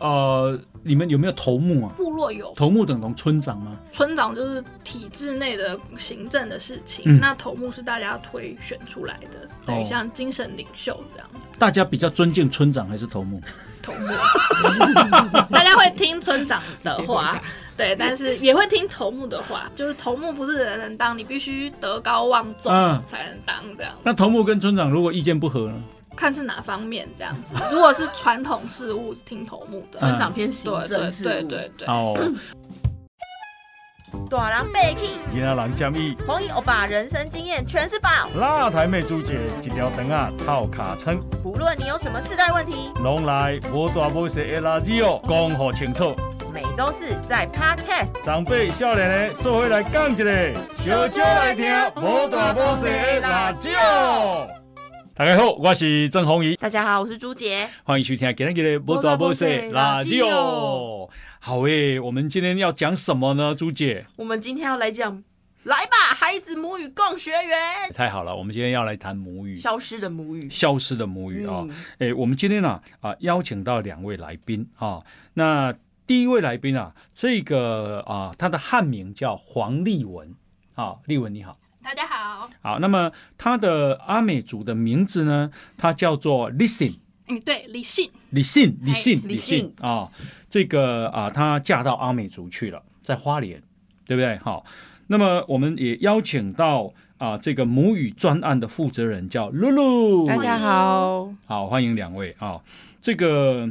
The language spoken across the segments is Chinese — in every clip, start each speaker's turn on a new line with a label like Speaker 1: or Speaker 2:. Speaker 1: 呃，你们有没有头目啊？
Speaker 2: 部落有
Speaker 1: 头目等同村长吗？
Speaker 2: 村长就是体制内的行政的事情，
Speaker 1: 嗯哦
Speaker 2: 那头目是大家推选出来的，等于像精神领袖这样子。
Speaker 1: 大家比较尊敬村长还是头目？
Speaker 2: 头目，大家会听村长 的话，对，但是也会听头目的话，就是头目不是人人当，你必须德高望重
Speaker 1: 嗯
Speaker 2: 才能当这样。
Speaker 1: 那头目跟村长如果意见不合呢？
Speaker 2: 看是哪方面这样子。如果是传统事务，是听头目的。
Speaker 1: 嗯
Speaker 3: 村长偏行
Speaker 2: 对
Speaker 3: 政
Speaker 2: 对
Speaker 3: 事务，
Speaker 2: 对对对，
Speaker 1: 哦，
Speaker 3: 大人被听，
Speaker 4: 今仔人建议，
Speaker 3: 红影欧巴人生经验全是宝。
Speaker 4: 那台妹主持一条肠啊套卡称，
Speaker 3: 不论你有什么世代问题，
Speaker 4: 拢来无大无小的垃圾哦，讲好清楚。
Speaker 3: 每周四在 Podcast
Speaker 4: 长辈少年的做伙来讲一个，
Speaker 3: 小酒来听无大无小的辣 椒。
Speaker 4: 哦大家好，我是郑宏仪，
Speaker 3: 大家好，我是朱杰。
Speaker 4: 欢迎收听今天的《无大无小的辣椒》。好诶，我们今天要讲什么呢？朱姐，
Speaker 3: 我们今天要来讲，来吧，孩子母语共学员，
Speaker 4: 太好了，我们今天要来谈母语，
Speaker 3: 消失的母语。
Speaker 4: 消失的母语啊、
Speaker 3: 嗯，
Speaker 4: 诶，我们今天呢啊、邀请到两位来宾啊，那第一位来宾啊，这个啊他的汉名叫黄立文啊，立文你好，
Speaker 2: 大家好，
Speaker 4: 好，那么他的阿美族的名字呢，他叫做 Listen。
Speaker 2: 嗯，对，理性，
Speaker 4: 李信，李信，
Speaker 3: 哎
Speaker 4: 李
Speaker 3: 李
Speaker 4: 信
Speaker 3: 信
Speaker 4: 啊、这个啊，她嫁到阿美族去了，在花莲，对不对？好，那么我们也邀请到啊，这个母语专案的负责人叫露露，
Speaker 3: 大家好，
Speaker 4: 好，欢迎两位啊、这个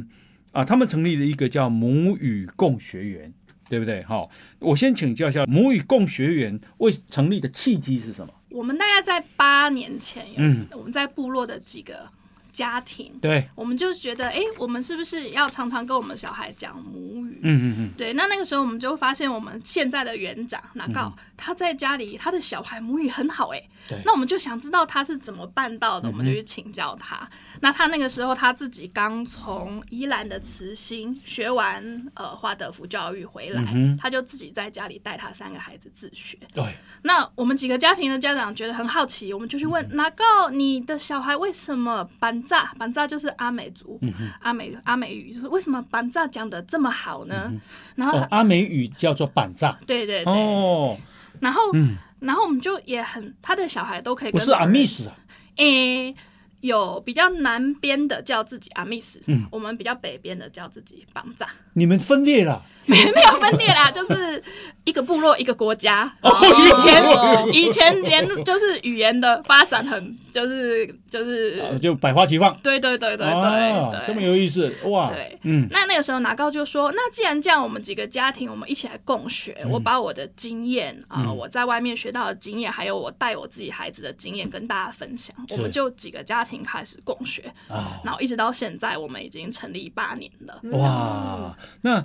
Speaker 4: 啊，他们成立了一个叫母语共学园，对不对？好，我先请教一下，母语共学园为成立的契机是什么？
Speaker 2: 我们大概在八年前有，
Speaker 4: 嗯
Speaker 2: 我们在部落的几个家庭，
Speaker 4: 对，
Speaker 2: 我们就觉得，哎、我们是不是要常常跟我们小孩讲母
Speaker 4: 嗯
Speaker 2: 语？
Speaker 4: 嗯嗯，
Speaker 2: 对，那那个时候我们就发现，我们现在的园长拿告、他在家里他的小孩母语很好哎、
Speaker 4: 对嗯
Speaker 2: 那我们就想知道他是怎么办到的，我们就去请教他。那他那个时候他自己刚从宜兰的慈心学完呃华德福教育回来，
Speaker 4: 嗯哼
Speaker 2: 他就自己在家里带他三个孩子自学。
Speaker 4: 对，
Speaker 2: 那我们几个家庭的家长觉得很好奇，我们就去
Speaker 1: 嗯
Speaker 2: 问拿告你的小孩为什么板炸？板炸就是阿美族、
Speaker 1: 嗯
Speaker 2: 阿美阿美语，就是为什么板炸讲的这么好呢？然后
Speaker 1: 哦
Speaker 2: 他、，
Speaker 1: 阿美语叫做板扎
Speaker 2: 对对对，
Speaker 4: 哦，
Speaker 2: 然后、
Speaker 4: 嗯
Speaker 2: 然后我们就也很他的小孩都可以
Speaker 1: 不
Speaker 2: 跟
Speaker 1: 是阿密斯啊，
Speaker 2: 诶、有比较南边的叫自己阿密斯，
Speaker 1: 嗯
Speaker 2: 我们比较北边的叫自己绑炸，
Speaker 1: 你们分裂了。
Speaker 2: 没没有分裂啦，就是一个部落一个国家。 以
Speaker 3: 哦
Speaker 2: 前以前连就是语言的发展很就是就是、
Speaker 1: 啊就百花齐放。
Speaker 2: 对对对对对、
Speaker 1: 啊，
Speaker 2: 对，
Speaker 1: 这么有意思哇！
Speaker 2: 对
Speaker 1: 嗯，
Speaker 2: 那那个时候拿高就说，那既然这样，我们几个家庭我们一起来共学，
Speaker 1: 嗯
Speaker 2: 我把我的经验啊、我在外面学到的经验，还有我带我自己孩子的经验跟大家分享，我们就几个家庭开始共学，
Speaker 1: 啊，
Speaker 2: 然后一直到现在，我们已经成立八年了。
Speaker 1: 哇，那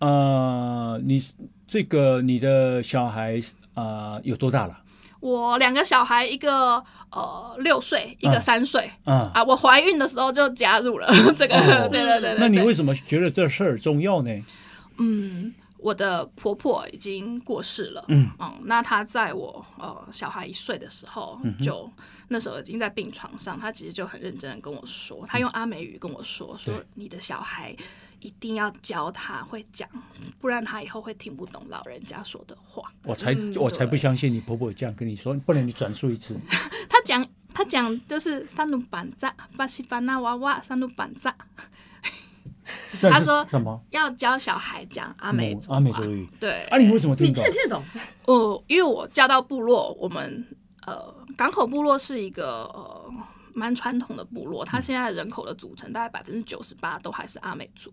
Speaker 1: 呃，你这个你的小孩啊、呃有多大了？
Speaker 2: 我两个小孩，一个呃六岁，一
Speaker 1: 啊
Speaker 2: 个三岁。
Speaker 1: 啊，
Speaker 2: 啊，我怀孕的时候就加入了 这个，
Speaker 1: 哦
Speaker 2: 对对对对对。
Speaker 1: 那你为什么觉得这事儿重要呢？
Speaker 2: 嗯，我的婆婆已经过世了。
Speaker 1: 嗯
Speaker 2: 那她在我呃小孩一岁的时候，
Speaker 1: 嗯
Speaker 2: 就那时候已经在病床上，她其实就很认真的跟我说，她用阿美语跟我说，说
Speaker 1: 对
Speaker 2: 你的小孩一定要教他会讲，不然他以后会听不懂老人家说的话。
Speaker 1: 我才、
Speaker 3: 嗯
Speaker 1: 我才不相信你婆婆这样跟你说，不然你转述一次。
Speaker 2: 她讲她讲就是三鲁板扎巴西巴那娃娃三鲁板扎，
Speaker 1: 她
Speaker 2: 说
Speaker 1: 什么？
Speaker 2: 要教小孩讲阿美
Speaker 1: 母
Speaker 2: 族
Speaker 1: 哦阿美
Speaker 2: 话
Speaker 1: 族语。
Speaker 2: 对
Speaker 1: 啊，你为什么
Speaker 3: 你
Speaker 1: 听
Speaker 3: 听
Speaker 1: 懂
Speaker 3: 得？听得懂？
Speaker 2: 哦，因为我嫁到部落，我们呃港口部落是一个呃蛮传统的部落，它现在人口的组成大概百分之九十八都还是阿美族，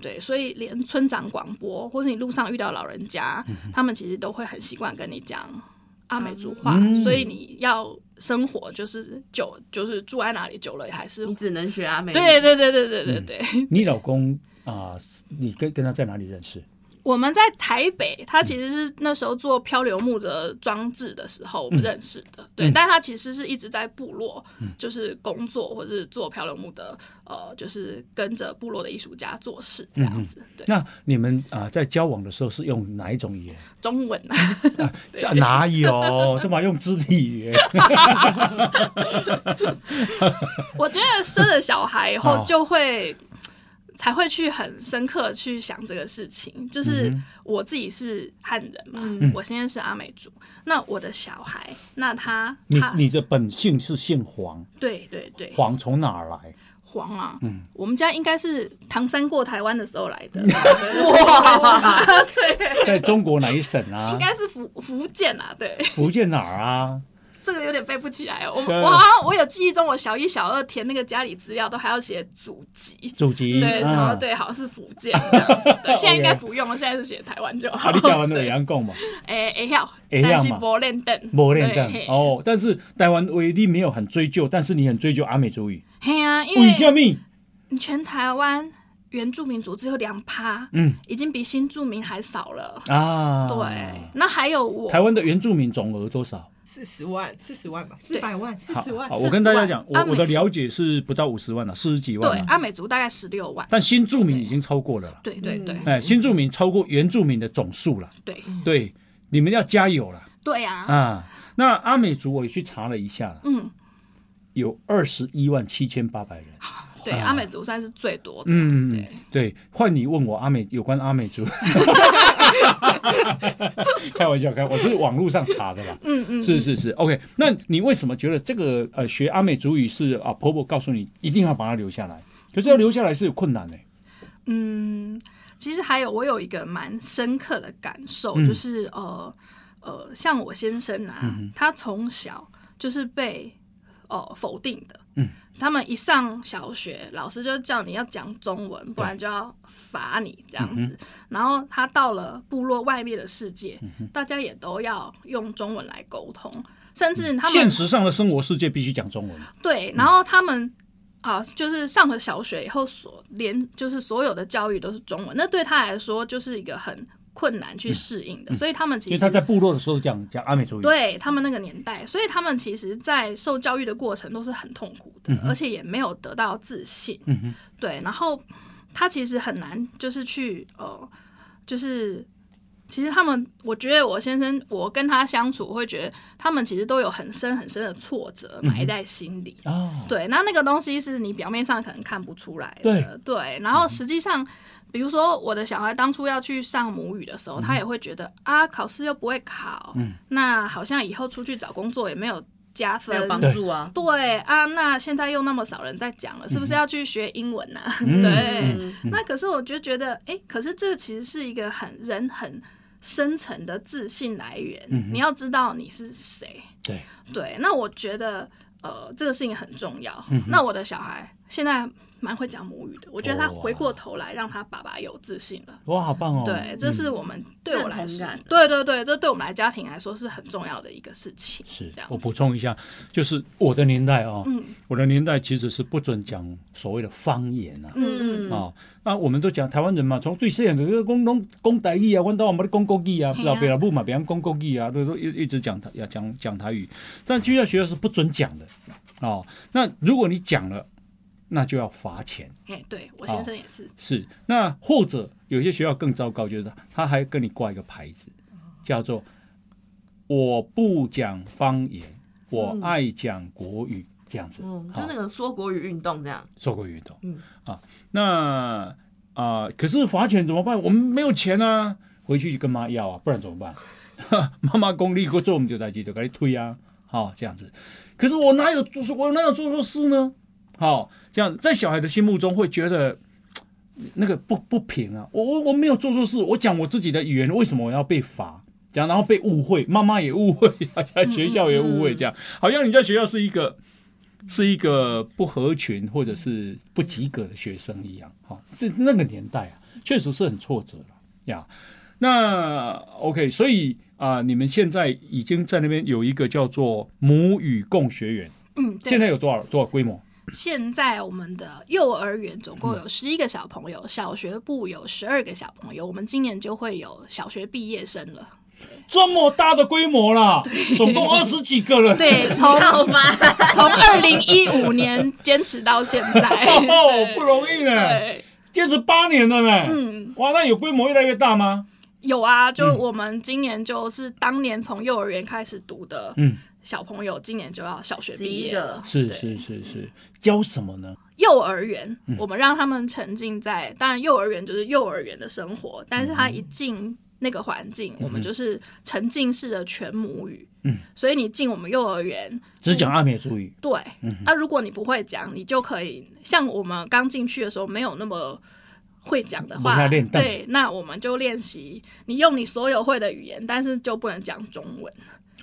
Speaker 2: 对，所以连村长广播或是你路上遇到老人家，他们其实都会很习惯跟你讲阿美族话，
Speaker 1: 嗯
Speaker 2: 所以你要生活就是久就是住在哪里久了还是
Speaker 3: 你只能学阿美语。
Speaker 2: 对对对对对对对，
Speaker 1: 你老公啊、你跟跟他在哪里认识？
Speaker 2: 我们在台北，他其实是那时候做漂流木的装置的时候我
Speaker 1: 嗯
Speaker 2: 们认识的，对，但他其实是一直在部落，就是工作或是做漂流木的，呃，就是跟着部落的艺术家做事这样子，对，
Speaker 1: 那你们啊、在交往的时候是用哪一种语言？
Speaker 2: 中文啊，
Speaker 1: 啊这哪
Speaker 2: 呃
Speaker 1: 有？干嘛用肢体语言？
Speaker 2: 我觉得生了小孩以后
Speaker 1: 哦
Speaker 2: 就会。才会去很深刻去想这个事情。
Speaker 1: 嗯
Speaker 2: 就是我自己是汉人嘛，
Speaker 3: 嗯
Speaker 2: 我现在是阿美族，那我的小孩，那他
Speaker 1: 你
Speaker 2: 他
Speaker 1: 你的本姓是姓 黄，
Speaker 2: 对对对，
Speaker 1: 黄从哪儿来？
Speaker 2: 黄啊，
Speaker 1: 嗯
Speaker 2: 我们家应该是唐三过台湾的时候来 的，哇，对，
Speaker 1: 在中国哪一省啊
Speaker 2: 应？该是福福建啊，对，
Speaker 1: 福建哪儿啊？
Speaker 2: 这个有点背不起来哦。我
Speaker 1: 对
Speaker 2: 我好像我有记忆中，我小一、小二填那个家里资料都还要写祖籍，
Speaker 1: 祖籍
Speaker 2: 对，然后
Speaker 1: 啊，哦
Speaker 2: 对，好像是福建这样子，对，现在应该不用，了，现在是写台湾就好
Speaker 1: 啊，。你台湾的
Speaker 2: 对
Speaker 1: 也讲嘛，
Speaker 2: 哎，会晓，
Speaker 1: 会晓
Speaker 2: 但是
Speaker 1: 嘛
Speaker 2: 不练灯，
Speaker 1: 没认
Speaker 2: 对
Speaker 1: 真。哦。但是台湾威力没有很追究，但是你很追究阿美族语，
Speaker 2: 嘿啊，因
Speaker 1: 为什
Speaker 2: 为
Speaker 1: 么？
Speaker 2: 你全台湾原住民族只有两趴，
Speaker 1: 嗯
Speaker 2: 已经比新住民还少了。
Speaker 1: 啊，
Speaker 2: 对，，那还有我
Speaker 1: 台湾的原住民总额多少？
Speaker 3: 四十万，四十万吧，四百万，四十万
Speaker 1: 好，，
Speaker 2: 40
Speaker 1: 我跟大家讲，我
Speaker 2: 万
Speaker 1: 我的了解是不到五十万了，四十几
Speaker 2: 对
Speaker 1: 万了。
Speaker 2: 阿美族大概十六万，
Speaker 1: 但新住民已经超过了啦，
Speaker 2: 对对对
Speaker 1: 哎，新住民超过原住民的总数了。
Speaker 2: 对
Speaker 1: 对，你们要加油了
Speaker 2: 对嗯啊，
Speaker 1: 啊！那阿美族我也去查了一下，
Speaker 2: 嗯，
Speaker 1: 有二十一万七千八百人。
Speaker 2: 对，
Speaker 1: 啊
Speaker 2: 阿美族算是最多的，
Speaker 1: 嗯
Speaker 2: 对，
Speaker 1: 对，换你问我阿美有关阿美 族， 开玩笑，开，我是网络上查的啦。
Speaker 2: 嗯嗯，
Speaker 1: 是是是，OK。那你为什么觉得这个呃学阿美族语是啊婆婆告诉你一定要把它留下来？可是要留下来是有困难的、欸
Speaker 2: 嗯，其实还有我有一个蛮深刻的感受，
Speaker 1: 嗯
Speaker 2: 就是呃呃，像我先生啊，他从小就是被呃否定的。
Speaker 1: 嗯
Speaker 2: 他们一上小学，老师就叫你要讲中文，不然就要罚你这样
Speaker 1: 嗯
Speaker 2: 子。然后他到了部落外面的世界，
Speaker 1: 嗯
Speaker 2: 大家也都要用中文来沟通，甚至他们
Speaker 1: 现实上的生活世界必须讲中文。
Speaker 2: 对，然后他们啊、就是上了小学以后所连就是所有的教育都是中文，那对他来说就是一个很困难去适应的，所以他们
Speaker 1: 嗯因
Speaker 2: 其
Speaker 1: 为
Speaker 2: 实
Speaker 1: 他在部落的时候讲讲阿美族语，
Speaker 2: 对他们那个年代，所以他们其实，在受教育的过程都是很痛苦的，而且也没有得到自信。
Speaker 1: 嗯哼
Speaker 2: 对，然后他其实很难，就是去呃，就是其实他们，我觉得我先生，我跟他相处，我会觉得他们其实都有很深很深的挫折
Speaker 1: 嗯
Speaker 2: 埋在心里。
Speaker 1: 啊，
Speaker 2: 对，那那个东西是你表面上可能看不出来的，对。然后实际上，比如说我的小孩当初要去上母语的时
Speaker 3: 嗯
Speaker 2: 候，他也会觉得啊，考试又不会考，那好像以后出去找工作也没有加
Speaker 3: 没有
Speaker 2: 分。
Speaker 3: 帮
Speaker 1: 对
Speaker 3: 助啊。
Speaker 2: 对啊，那现在又那么少人在讲了，是不是要去学英文呢、啊？ 对，
Speaker 3: 嗯，
Speaker 2: 那可是我就觉得，哎、可是这其实是一个很人很深层的自信来源。
Speaker 3: 嗯
Speaker 2: 你要知道你是谁，
Speaker 1: 对
Speaker 2: 对，那我觉得呃，这个事情很重要。
Speaker 1: 嗯
Speaker 2: 那我的小孩现在蛮会讲母语的，我觉得他
Speaker 1: 哇
Speaker 2: 回过头来让他爸爸有自信了。
Speaker 1: 哇，好哦棒哦！
Speaker 2: 对，这是我们对我来
Speaker 3: 认
Speaker 2: 说
Speaker 3: 同感，
Speaker 2: 对对对，这对我们来家庭来说是很重要的一个事情。
Speaker 1: 是
Speaker 2: 这样，子
Speaker 1: 我补充一下，就是我的年代哦，
Speaker 2: 嗯
Speaker 1: 我的年代其实是不准讲所谓的方言啊。
Speaker 2: 嗯嗯，
Speaker 3: 嗯
Speaker 1: 啊、那我们都讲台湾人嘛，从对细汉就是讲拢讲台语啊，阮兜也冇咧讲国语啊
Speaker 2: 嘿，啊
Speaker 1: 老爸老母嘛别人讲国语啊，都都一一直讲台呀讲讲台语，但居校学校是不准讲的哦。那如果你讲了，那就要罚钱。
Speaker 2: 哎、对我先生也是，
Speaker 1: 是，那或者有些学校更糟糕，就是他还跟你挂一个牌子，叫做“我不讲方言，我爱讲国语”这样子。
Speaker 3: 嗯，
Speaker 1: 好
Speaker 3: 就那个说国语运动这样，
Speaker 1: 受过运动，
Speaker 3: 嗯
Speaker 1: 啊，那啊、可是罚钱怎么办？我们没有钱啊，回去就跟妈要啊，不然怎么办？ 妈妈功力过做，我们就在记得给你推啊，好、这样子。可是我哪有做错，我哪有做错事呢？好、这样在小孩的心目中会觉得嘖那个不不平啊，我我我没有做错事，我讲我自己的语言，为什么我要被罚？讲然后被误会，妈妈也误会， 学校也误会，这样好像你在学校是一个是一个不合群或者是不及格的学生一样。哈、这那个年代啊，确实是很挫折了呀。那 OK，所以啊、你们现在已经在那边有一个叫做母语共学园，
Speaker 2: 嗯，对
Speaker 1: 现在有多少多少规模？
Speaker 2: 现在我们的幼儿园总
Speaker 1: 嗯
Speaker 2: 共有十一个小朋友，小学部有十二个小朋友，我们今年就会有小学毕业生了。
Speaker 1: 这么大的规模啦，总共二十几个人。
Speaker 2: 对，从
Speaker 3: 好吧？
Speaker 2: 从二零一五年坚持到现在，
Speaker 1: 哦，不容易呢，
Speaker 2: 对，
Speaker 1: 坚持八年了呢。
Speaker 2: 嗯，
Speaker 1: 哇，那有规模越来越大吗？
Speaker 2: 有啊，就我们今年就是当年从幼儿园开始读的，
Speaker 1: 嗯，
Speaker 2: 小朋友今年就要小学毕业
Speaker 3: 是的
Speaker 2: 了，
Speaker 1: 是
Speaker 2: 对
Speaker 1: 是是是，教什么呢？
Speaker 2: 幼儿园，
Speaker 1: 嗯
Speaker 2: 我们让他们沉浸在，当然幼儿园就是幼儿园的生活，但是他一进那个环境，我
Speaker 1: 嗯
Speaker 2: 们就是沉浸式的全母语。嗯，所以你进我们幼儿园，
Speaker 1: 只讲阿美族语，
Speaker 2: 对，那、如果你不会讲，你就可以像我们刚进去的时候没有那么。会讲的
Speaker 1: 不太
Speaker 2: 话，
Speaker 1: 练邓
Speaker 2: 对，那我们就练习你用你所有会的语言，但是就不能讲中文，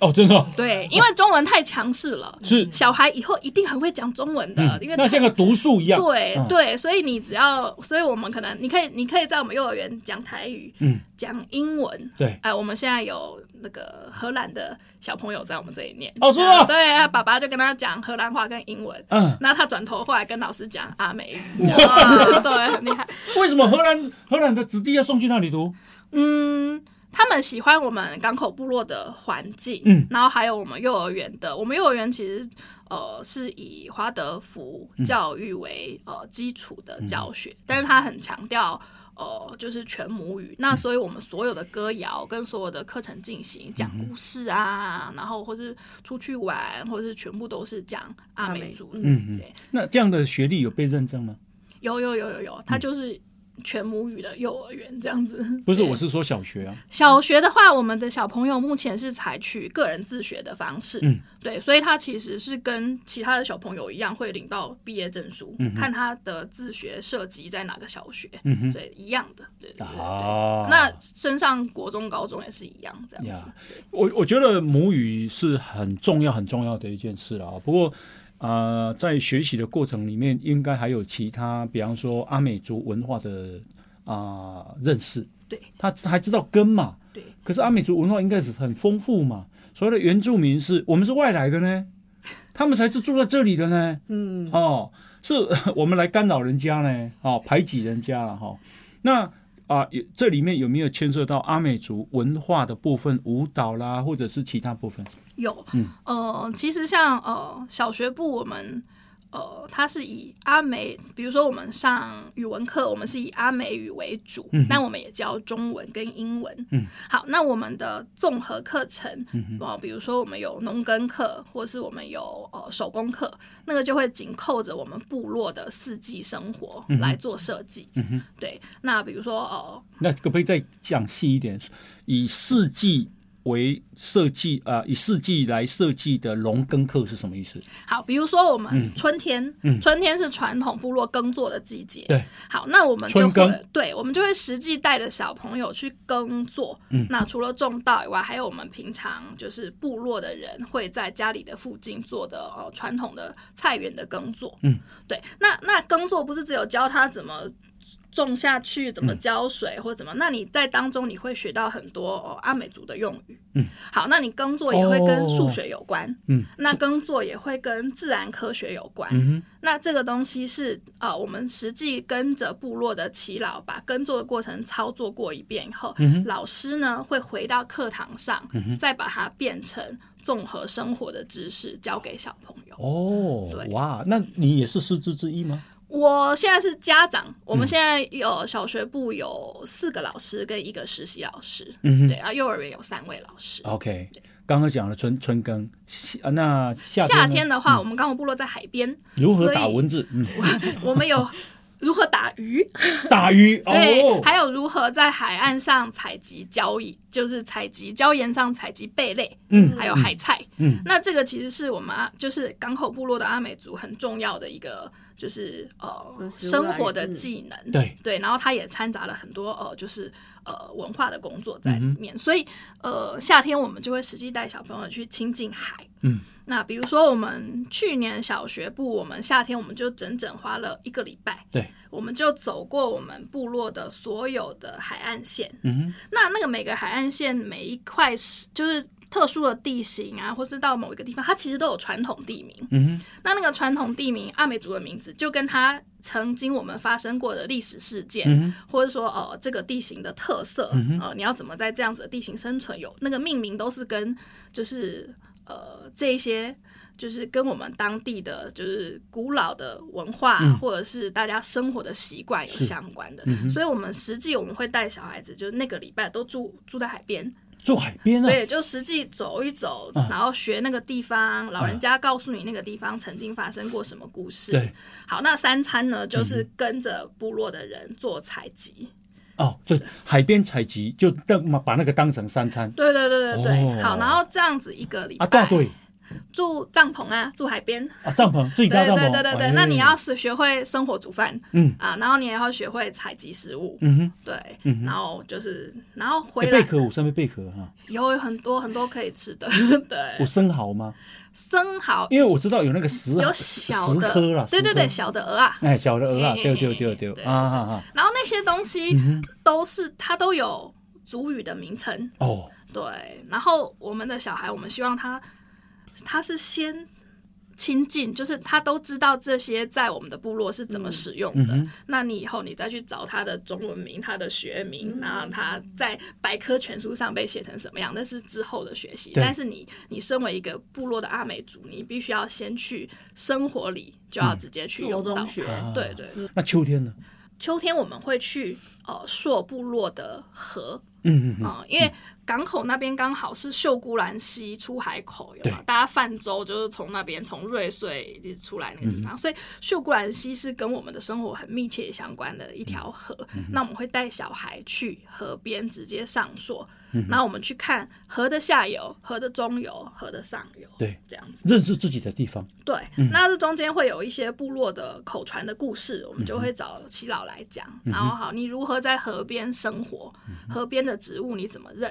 Speaker 1: 哦，真的哦、
Speaker 2: 对，因为中文太强势了，
Speaker 1: 是
Speaker 2: 小孩以后一定很会讲中文的，呃因为
Speaker 1: 嗯那像个读书一样，
Speaker 2: 对、
Speaker 1: 嗯
Speaker 2: 对，所以你只要，所以我们可能你可以，你可以在我们幼儿园讲台语，
Speaker 1: 嗯，
Speaker 2: 讲英文。
Speaker 1: 对，
Speaker 2: 哎、我们现在有那个荷兰的小朋友在我们这里念，
Speaker 1: 哦是吗
Speaker 2: 对啊，爸爸就跟他讲荷兰话跟英文，
Speaker 1: 嗯，
Speaker 2: 然后他转头过来跟老师讲阿美语， 这样对，很厉害。
Speaker 1: 为什么荷兰荷兰的子弟要送去那里读？
Speaker 2: 嗯，他们喜欢我们港口部落的环境，
Speaker 1: 嗯，
Speaker 2: 然后还有我们幼儿园的，我们幼儿园其实呃是以华德福
Speaker 1: 嗯
Speaker 2: 教育为、呃基础的教学，但是他很强调。呃，就是全母语，
Speaker 1: 嗯
Speaker 2: 那所以我们所有的歌谣跟所有的课程进行讲
Speaker 1: 嗯
Speaker 2: 故事啊，然后或是出去玩，或是全部都是讲阿美族语，
Speaker 1: 嗯嗯
Speaker 2: 对，
Speaker 1: 那这样的学历有被认证吗？
Speaker 2: 有有有有
Speaker 1: 嗯
Speaker 2: 有，它就是全母语的幼儿园这样子。
Speaker 1: 不是，
Speaker 2: 对
Speaker 1: 我是说小学啊，
Speaker 2: 小学的话，我们的小朋友目前是采取个人自学的方式，
Speaker 1: 嗯
Speaker 2: 对，所以他其实是跟其他的小朋友一样，会领到毕业证书，看他的自学涉及在哪个小学，
Speaker 1: 嗯哼，
Speaker 2: 所以一样的，对对对对。
Speaker 1: 啊
Speaker 2: 那升上国中、高中也是一样这样子
Speaker 1: 呀，我我觉得母语是很重要、很重要的一件事了啊。不过，呃，在学习的过程里面，应该还有其他，比方说阿美族文化的啊、认识。
Speaker 2: 对，
Speaker 1: 他还知道根嘛。
Speaker 2: 对。
Speaker 1: 可是阿美族文化应该是很丰富嘛。所谓的原住民是我们是外来的呢，他们才是住在这里的呢。
Speaker 3: 嗯，
Speaker 1: 哦，是 我们来干扰人家呢，哦，排挤人家了哈、那啊、也这里面有没有牵涉到阿美族文化的部分、舞蹈啦，或者是其他部分？
Speaker 2: 有，呃，其实像呃小学部我们。呃，它是以阿美，比如说我们上语文课，我们是以阿美语为主，但我们也教中文跟英文。嗯，好，那我们的综合课程，呃，比如说我们有农耕课，或是我们有呃手工课，那个就会紧扣着我们部落的四季生活来做设计。嗯、对，那比如说呃
Speaker 1: 那可不可以再讲细一点？以四季为设计啊、以四季来设计的农耕课是什么意思？
Speaker 2: 好，比如说我
Speaker 1: 嗯
Speaker 2: 们春天，春天是传统部落耕作的季节。
Speaker 1: 对，
Speaker 2: 好，那我们就
Speaker 1: 春耕
Speaker 2: 会，对，我们就会实际带着小朋友去耕作。
Speaker 1: 嗯
Speaker 2: 那除了种稻以外，还有我们平常就是部落的人会在家里的附近做的呃传统的菜园的耕作。
Speaker 1: 嗯，
Speaker 2: 对，那那耕作不是只有教他怎么。种下去怎么
Speaker 1: 嗯
Speaker 2: 浇水或怎么？那你在当中你会学到很多、哦、阿美族的用语。嗯，好，那你耕作也会
Speaker 1: 哦
Speaker 2: 跟数学有关。
Speaker 1: 嗯，
Speaker 2: 那耕作也会跟自然科学有关。
Speaker 1: 嗯
Speaker 2: 那这个东西是呃，我们实际跟着部落的耆老把耕作的过程操作过一遍以后，
Speaker 1: 嗯
Speaker 2: 老师呢会回到课堂上，再把它变成综合生活的知识教给小朋友。
Speaker 1: 哼，哦
Speaker 2: 对，
Speaker 1: 哇，那你也是师资之一吗？
Speaker 2: 我现在是家长，我
Speaker 1: 嗯
Speaker 2: 们现在有小学部有四个老师跟一个实习老师，
Speaker 1: 嗯哼哦
Speaker 2: 对，啊，幼儿园有三位老师。
Speaker 1: OK，刚刚讲了春春耕，啊，那夏天呢嗯
Speaker 2: 夏天的话，我们刚好部落在海边，
Speaker 1: 如何打
Speaker 2: 所以
Speaker 1: 蚊子？嗯，
Speaker 2: 我们有如何打鱼，
Speaker 1: 打鱼
Speaker 2: 对
Speaker 1: 哦，，
Speaker 2: 还有如何在海岸上采集交易，就是采集礁岩上采集贝类，
Speaker 1: 嗯，
Speaker 2: 还有海菜，
Speaker 1: 嗯，
Speaker 2: 那这个其实是我们啊就是港口部落的阿美族很重要的一个，就是嗯呃
Speaker 3: 食物来源
Speaker 2: 生活的技能，
Speaker 1: 对
Speaker 2: 对，然后它也掺杂了很多呃就是呃文化的工作在里面，
Speaker 1: 嗯
Speaker 2: 所以呃夏天我们就会实际带小朋友去亲近海，
Speaker 1: 嗯。
Speaker 2: 那比如说，我们去年小学部，我们夏天我们就整整花了一个礼拜，
Speaker 1: 对，
Speaker 2: 我们就走过我们部落的所有的海岸线。
Speaker 1: 嗯
Speaker 2: 那那个每个海岸线每一块是就是特殊的地形啊，或是到某一个地方，它其实都有传统地名。
Speaker 1: 嗯哼
Speaker 2: 那那个传统地名，阿美族的名字，就跟它曾经我们发生过的历史事件，
Speaker 1: 嗯
Speaker 2: 或者说呃这个地形的特色，呃你要怎么在这样子的地形生存有，那个命名都是跟就是呃这一些。就是跟我们当地的就是古老的文化，或者是大家生活的习惯有相关的，所以我们实际我们会带小孩子，就是那个礼拜都住住在海边，
Speaker 1: 住海边啊，
Speaker 2: 对，就实际走一走，然后学那个地方，老人家告诉你那个地方曾经发生过什么故事。
Speaker 1: 对，
Speaker 2: 好，那三餐呢，就是跟着部落的人做采集。
Speaker 1: 哦，对，海边采集就当把那个当成三餐
Speaker 2: 对对对对对，
Speaker 1: 哦
Speaker 2: 好，然后这样子一个礼
Speaker 1: 啊，
Speaker 2: 拜
Speaker 1: 大队
Speaker 2: 住帐篷啊，住海边。
Speaker 1: 啊，帐篷自己搭
Speaker 2: 对
Speaker 1: 帐
Speaker 2: 对
Speaker 1: 篷，
Speaker 2: 对对对，
Speaker 1: 哎
Speaker 2: 那你要是学会生火煮饭，
Speaker 1: 嗯
Speaker 2: 啊，然后你也要学会采集食物，
Speaker 1: 嗯哼，
Speaker 2: 对，
Speaker 1: 嗯哼
Speaker 2: 然后就是然后
Speaker 1: 哎
Speaker 2: 回
Speaker 1: 贝
Speaker 2: 来
Speaker 1: 壳有什么贝壳啊？
Speaker 2: 有很多很多可以 吃的，
Speaker 1: 有
Speaker 2: 对，
Speaker 1: 生蚝吗？
Speaker 2: 生蚝
Speaker 1: 因为我知道有那个石
Speaker 2: 有
Speaker 1: 石
Speaker 2: 小的
Speaker 1: 颗啦，，
Speaker 2: 对
Speaker 1: 石
Speaker 2: 对对，
Speaker 1: 颗，
Speaker 2: 小的鹅啊，
Speaker 1: 哎，小的鹅啊，
Speaker 2: 嘿
Speaker 1: 对
Speaker 2: 嘿嘿
Speaker 1: 对对对
Speaker 2: 对
Speaker 1: 啊啊啊，
Speaker 2: 然后那些东西
Speaker 1: 嗯
Speaker 2: 都是它都有族语的名称，
Speaker 1: 哦，
Speaker 2: 对。然后我们的小孩，我们希望他他是先亲近，就是他都知道这些在我们的部落是
Speaker 1: 嗯
Speaker 2: 怎么使用的。那你以后你再去找他的中文名、他的学名，然
Speaker 1: 嗯
Speaker 2: 后他在百科全书上被写成什么样，那是之后的学习。
Speaker 1: 对
Speaker 2: 但是你你身为一个部落的阿美族，你必须要先去生活里就要直接去
Speaker 3: 做
Speaker 2: 用到
Speaker 3: 中
Speaker 2: 它。
Speaker 3: 学
Speaker 1: 嗯啊
Speaker 2: 对对对
Speaker 1: 那秋天呢？
Speaker 2: 秋天我们会去呃朔部落的河
Speaker 1: 嗯嗯嗯，
Speaker 2: 啊、呃因为港口那边刚好是秀姑兰溪出海口，有没有
Speaker 1: 对
Speaker 2: 大家泛舟就是从那边从瑞穗一直出来那个地
Speaker 1: 嗯
Speaker 2: 方，所以秀姑兰溪是跟我们的生活很密切相关的一条河。
Speaker 1: 嗯
Speaker 2: 那我们会带小孩去河边直接上溯，
Speaker 1: 嗯
Speaker 2: 然后我们去看河的下游、河的中游、河的上游，
Speaker 1: 对，
Speaker 2: 这样子。
Speaker 1: 认识自己的地方，
Speaker 2: 对，那这中间会有一些部落的口传的故事，我们就
Speaker 1: 嗯
Speaker 2: 会找耆老来讲。然后好，你如何在河边生活？
Speaker 1: 嗯
Speaker 2: 河边的植物你怎么认？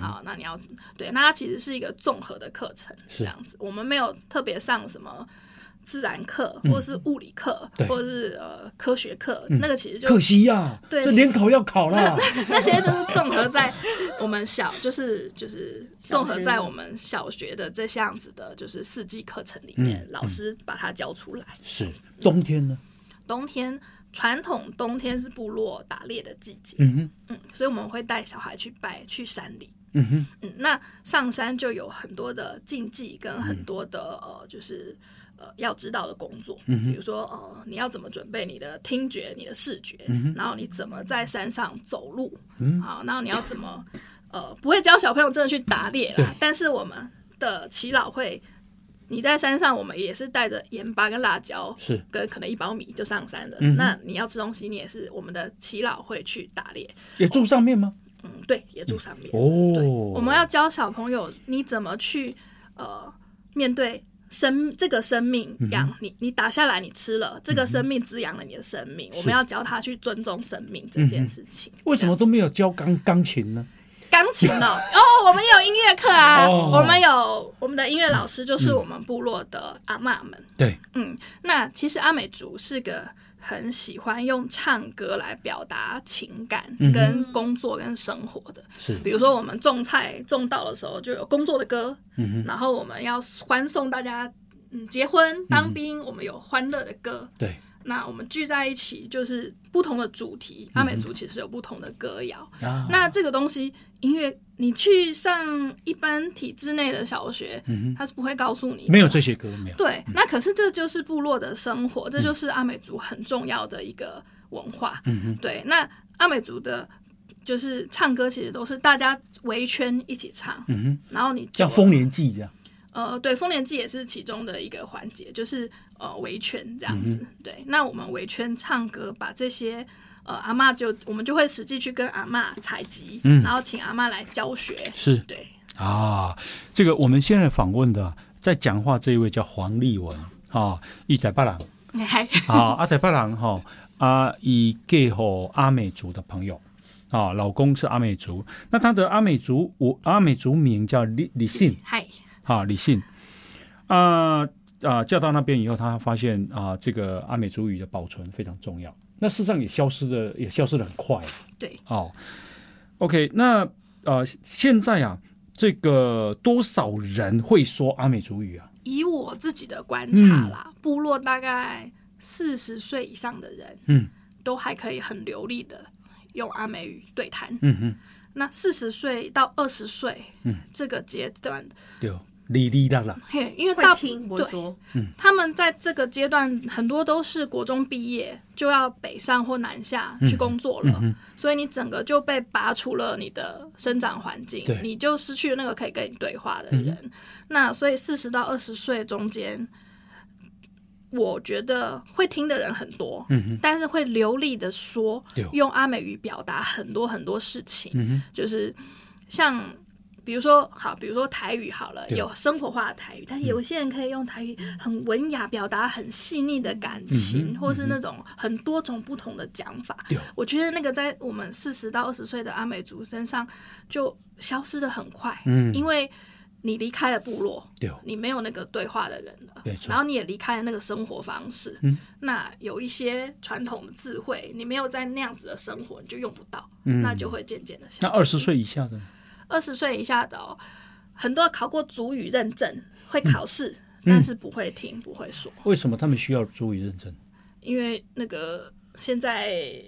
Speaker 2: 啊，那你要对，那它其实是一个综合的课程，
Speaker 1: 是
Speaker 2: 这样子。我们没有特别上什么。自然课，或者是物理课，
Speaker 1: 嗯对嗯
Speaker 2: 或者是呃科学课，那个其实就
Speaker 1: 可惜呀，
Speaker 2: 对
Speaker 1: 这联考要考啦，
Speaker 2: 那些就是综合在我们小， 就是就是综合在我们小学的这样子的，就是四季课程里
Speaker 1: 嗯
Speaker 2: 面，老师把它教出来。
Speaker 1: 是冬天呢？
Speaker 2: 冬天传统冬天是部落打猎的季节，
Speaker 1: 嗯哼，
Speaker 2: 嗯，所以我们会带小孩去拜去山里，
Speaker 1: 嗯哼，
Speaker 2: 嗯，那上山就有很多的禁忌跟很多的、
Speaker 1: 嗯
Speaker 2: 呃，就是呃要知道的工作，嗯、比如说呃你要怎么准备你的听觉、你的视觉，
Speaker 1: 嗯
Speaker 2: 然后你怎么在山上走路，嗯，好，然后你要怎么呃不会教小朋友真的去打猎啦，但是我们的耆老会。你在山上，我们也是带着盐巴跟辣椒，
Speaker 1: 是
Speaker 2: 跟可能一包米就上山
Speaker 1: 嗯
Speaker 2: 了。那你要吃东西，你也是我们的耆老会去打猎，
Speaker 1: 也住上面吗？
Speaker 2: 嗯，对，也住上面。
Speaker 1: 哦，
Speaker 2: 我们要教小朋友你怎么去呃面对生这个生命
Speaker 1: 嗯
Speaker 2: 养、你，你打下来你吃了，这个生命滋养了你的生
Speaker 1: 嗯
Speaker 2: 命。我们要教他去尊重生命这件事情。
Speaker 1: 为什么都没有教钢钢琴呢？
Speaker 2: 钢琴 哦，哦，我们有音乐课啊，
Speaker 1: 哦嗯
Speaker 2: 我们有我们的音乐老师就是我们部落的阿嬷们。
Speaker 1: 对，
Speaker 2: 嗯，那其实阿美族是个很喜欢用唱歌来表达情感、
Speaker 1: 嗯
Speaker 2: 跟工作、跟生活的。
Speaker 1: 是
Speaker 2: 比如说我们种菜种稻的时候，就有工作的歌，
Speaker 1: 嗯
Speaker 2: 然后我们要欢送大家，嗯，结婚、当兵，我们有欢乐的歌。
Speaker 1: 对，
Speaker 2: 那我们聚在一起，就是不同的主题。阿
Speaker 1: 嗯
Speaker 2: 美族其实有不同的歌谣，
Speaker 1: 啊，
Speaker 2: 那这个东西，音乐你去上一般体制内的小学，
Speaker 1: 嗯
Speaker 2: 他是不会告诉你的
Speaker 1: 没有这些歌，没有，
Speaker 2: 对，那可是这就是部落的生活，这
Speaker 1: 嗯
Speaker 2: 就是阿美族很重要的一个文化。
Speaker 1: 哼
Speaker 2: 对，那阿美族的。就是唱歌，其实都是大家围圈一起唱，
Speaker 1: 嗯哼，
Speaker 2: 然后你就
Speaker 1: 像《丰年祭》这样，
Speaker 2: 呃，对，丰年祭也是其中的一个环节，就是呃围圈这样子。
Speaker 1: 嗯
Speaker 2: 对，那我们围圈唱歌，把这些呃阿嬷就我们就会实际去跟阿嬷采集，
Speaker 1: 嗯
Speaker 2: 然后请阿嬷来教学。
Speaker 1: 是
Speaker 2: 对，
Speaker 1: 啊，这个我们现在访问的在讲话这一位叫黄立文啊，一仔巴郎
Speaker 2: 还
Speaker 1: 啊，阿仔巴郎哈啊，以嫁吼阿美族的朋友啊，老公是阿美族，那他的阿美族我阿美族名叫李李信
Speaker 2: 还
Speaker 1: 啊，李信啊啊、嫁到那边以后，他发现啊、这个阿美族语的保存非常重要，那事实上也消失的也消失的很快了
Speaker 2: 对，
Speaker 1: 哦，OK，那呃，现在啊，这个多少人会说阿美族语啊？
Speaker 2: 以我自己的观
Speaker 1: 嗯
Speaker 2: 察啦，部落大概四十岁以上的人，
Speaker 1: 嗯，
Speaker 2: 都还可以很流利的用阿美语对谈。
Speaker 1: 嗯哼，
Speaker 2: 那四十岁到二十岁，嗯，这个阶段
Speaker 1: 对，哦哩哩啦啦，
Speaker 2: 嘿，因为
Speaker 3: 会
Speaker 2: 大
Speaker 3: 听不会
Speaker 2: 对
Speaker 3: 说，
Speaker 2: 他们在这个阶段很多都是国中毕业就要北上或南下
Speaker 1: 嗯
Speaker 2: 去工作了，所以你整个就被拔除了你的生长环境
Speaker 1: 对，嗯
Speaker 2: 你就失去了那个可以跟你对话的人。那所以四十到二十岁中间。我觉得会听的人很多，但是会流利的说
Speaker 1: 嗯有，
Speaker 2: 用阿美语表达很多很多事情，
Speaker 1: 嗯
Speaker 2: 就是像比如说好，比如说台语好了，
Speaker 1: 对嗯
Speaker 2: 有生活化的台语，但有些人可以用台语很文雅表达很细腻的感情，
Speaker 1: 嗯
Speaker 2: 或是那种很多种不同的讲法。
Speaker 1: 对
Speaker 2: 我觉得那个在我们四十到二十岁的阿美族身上就消失的很快，
Speaker 1: 嗯
Speaker 2: 因为你离开了部落，
Speaker 1: 对哦
Speaker 2: 你没有那个对话的人了
Speaker 1: 没，错
Speaker 2: 然后你也离开了那个生活方式，
Speaker 1: 嗯
Speaker 2: 那有一些传统的智慧，你没有在那样子的生活，你就用不到，
Speaker 1: 嗯
Speaker 2: 那就会渐渐的消失。
Speaker 1: 那二十岁以下的，
Speaker 2: 二十岁以下的哦，很多考过主语认证，会考试，但是不会听，不会说，
Speaker 1: 为什么他们需要主语认证？
Speaker 2: 因为那个现在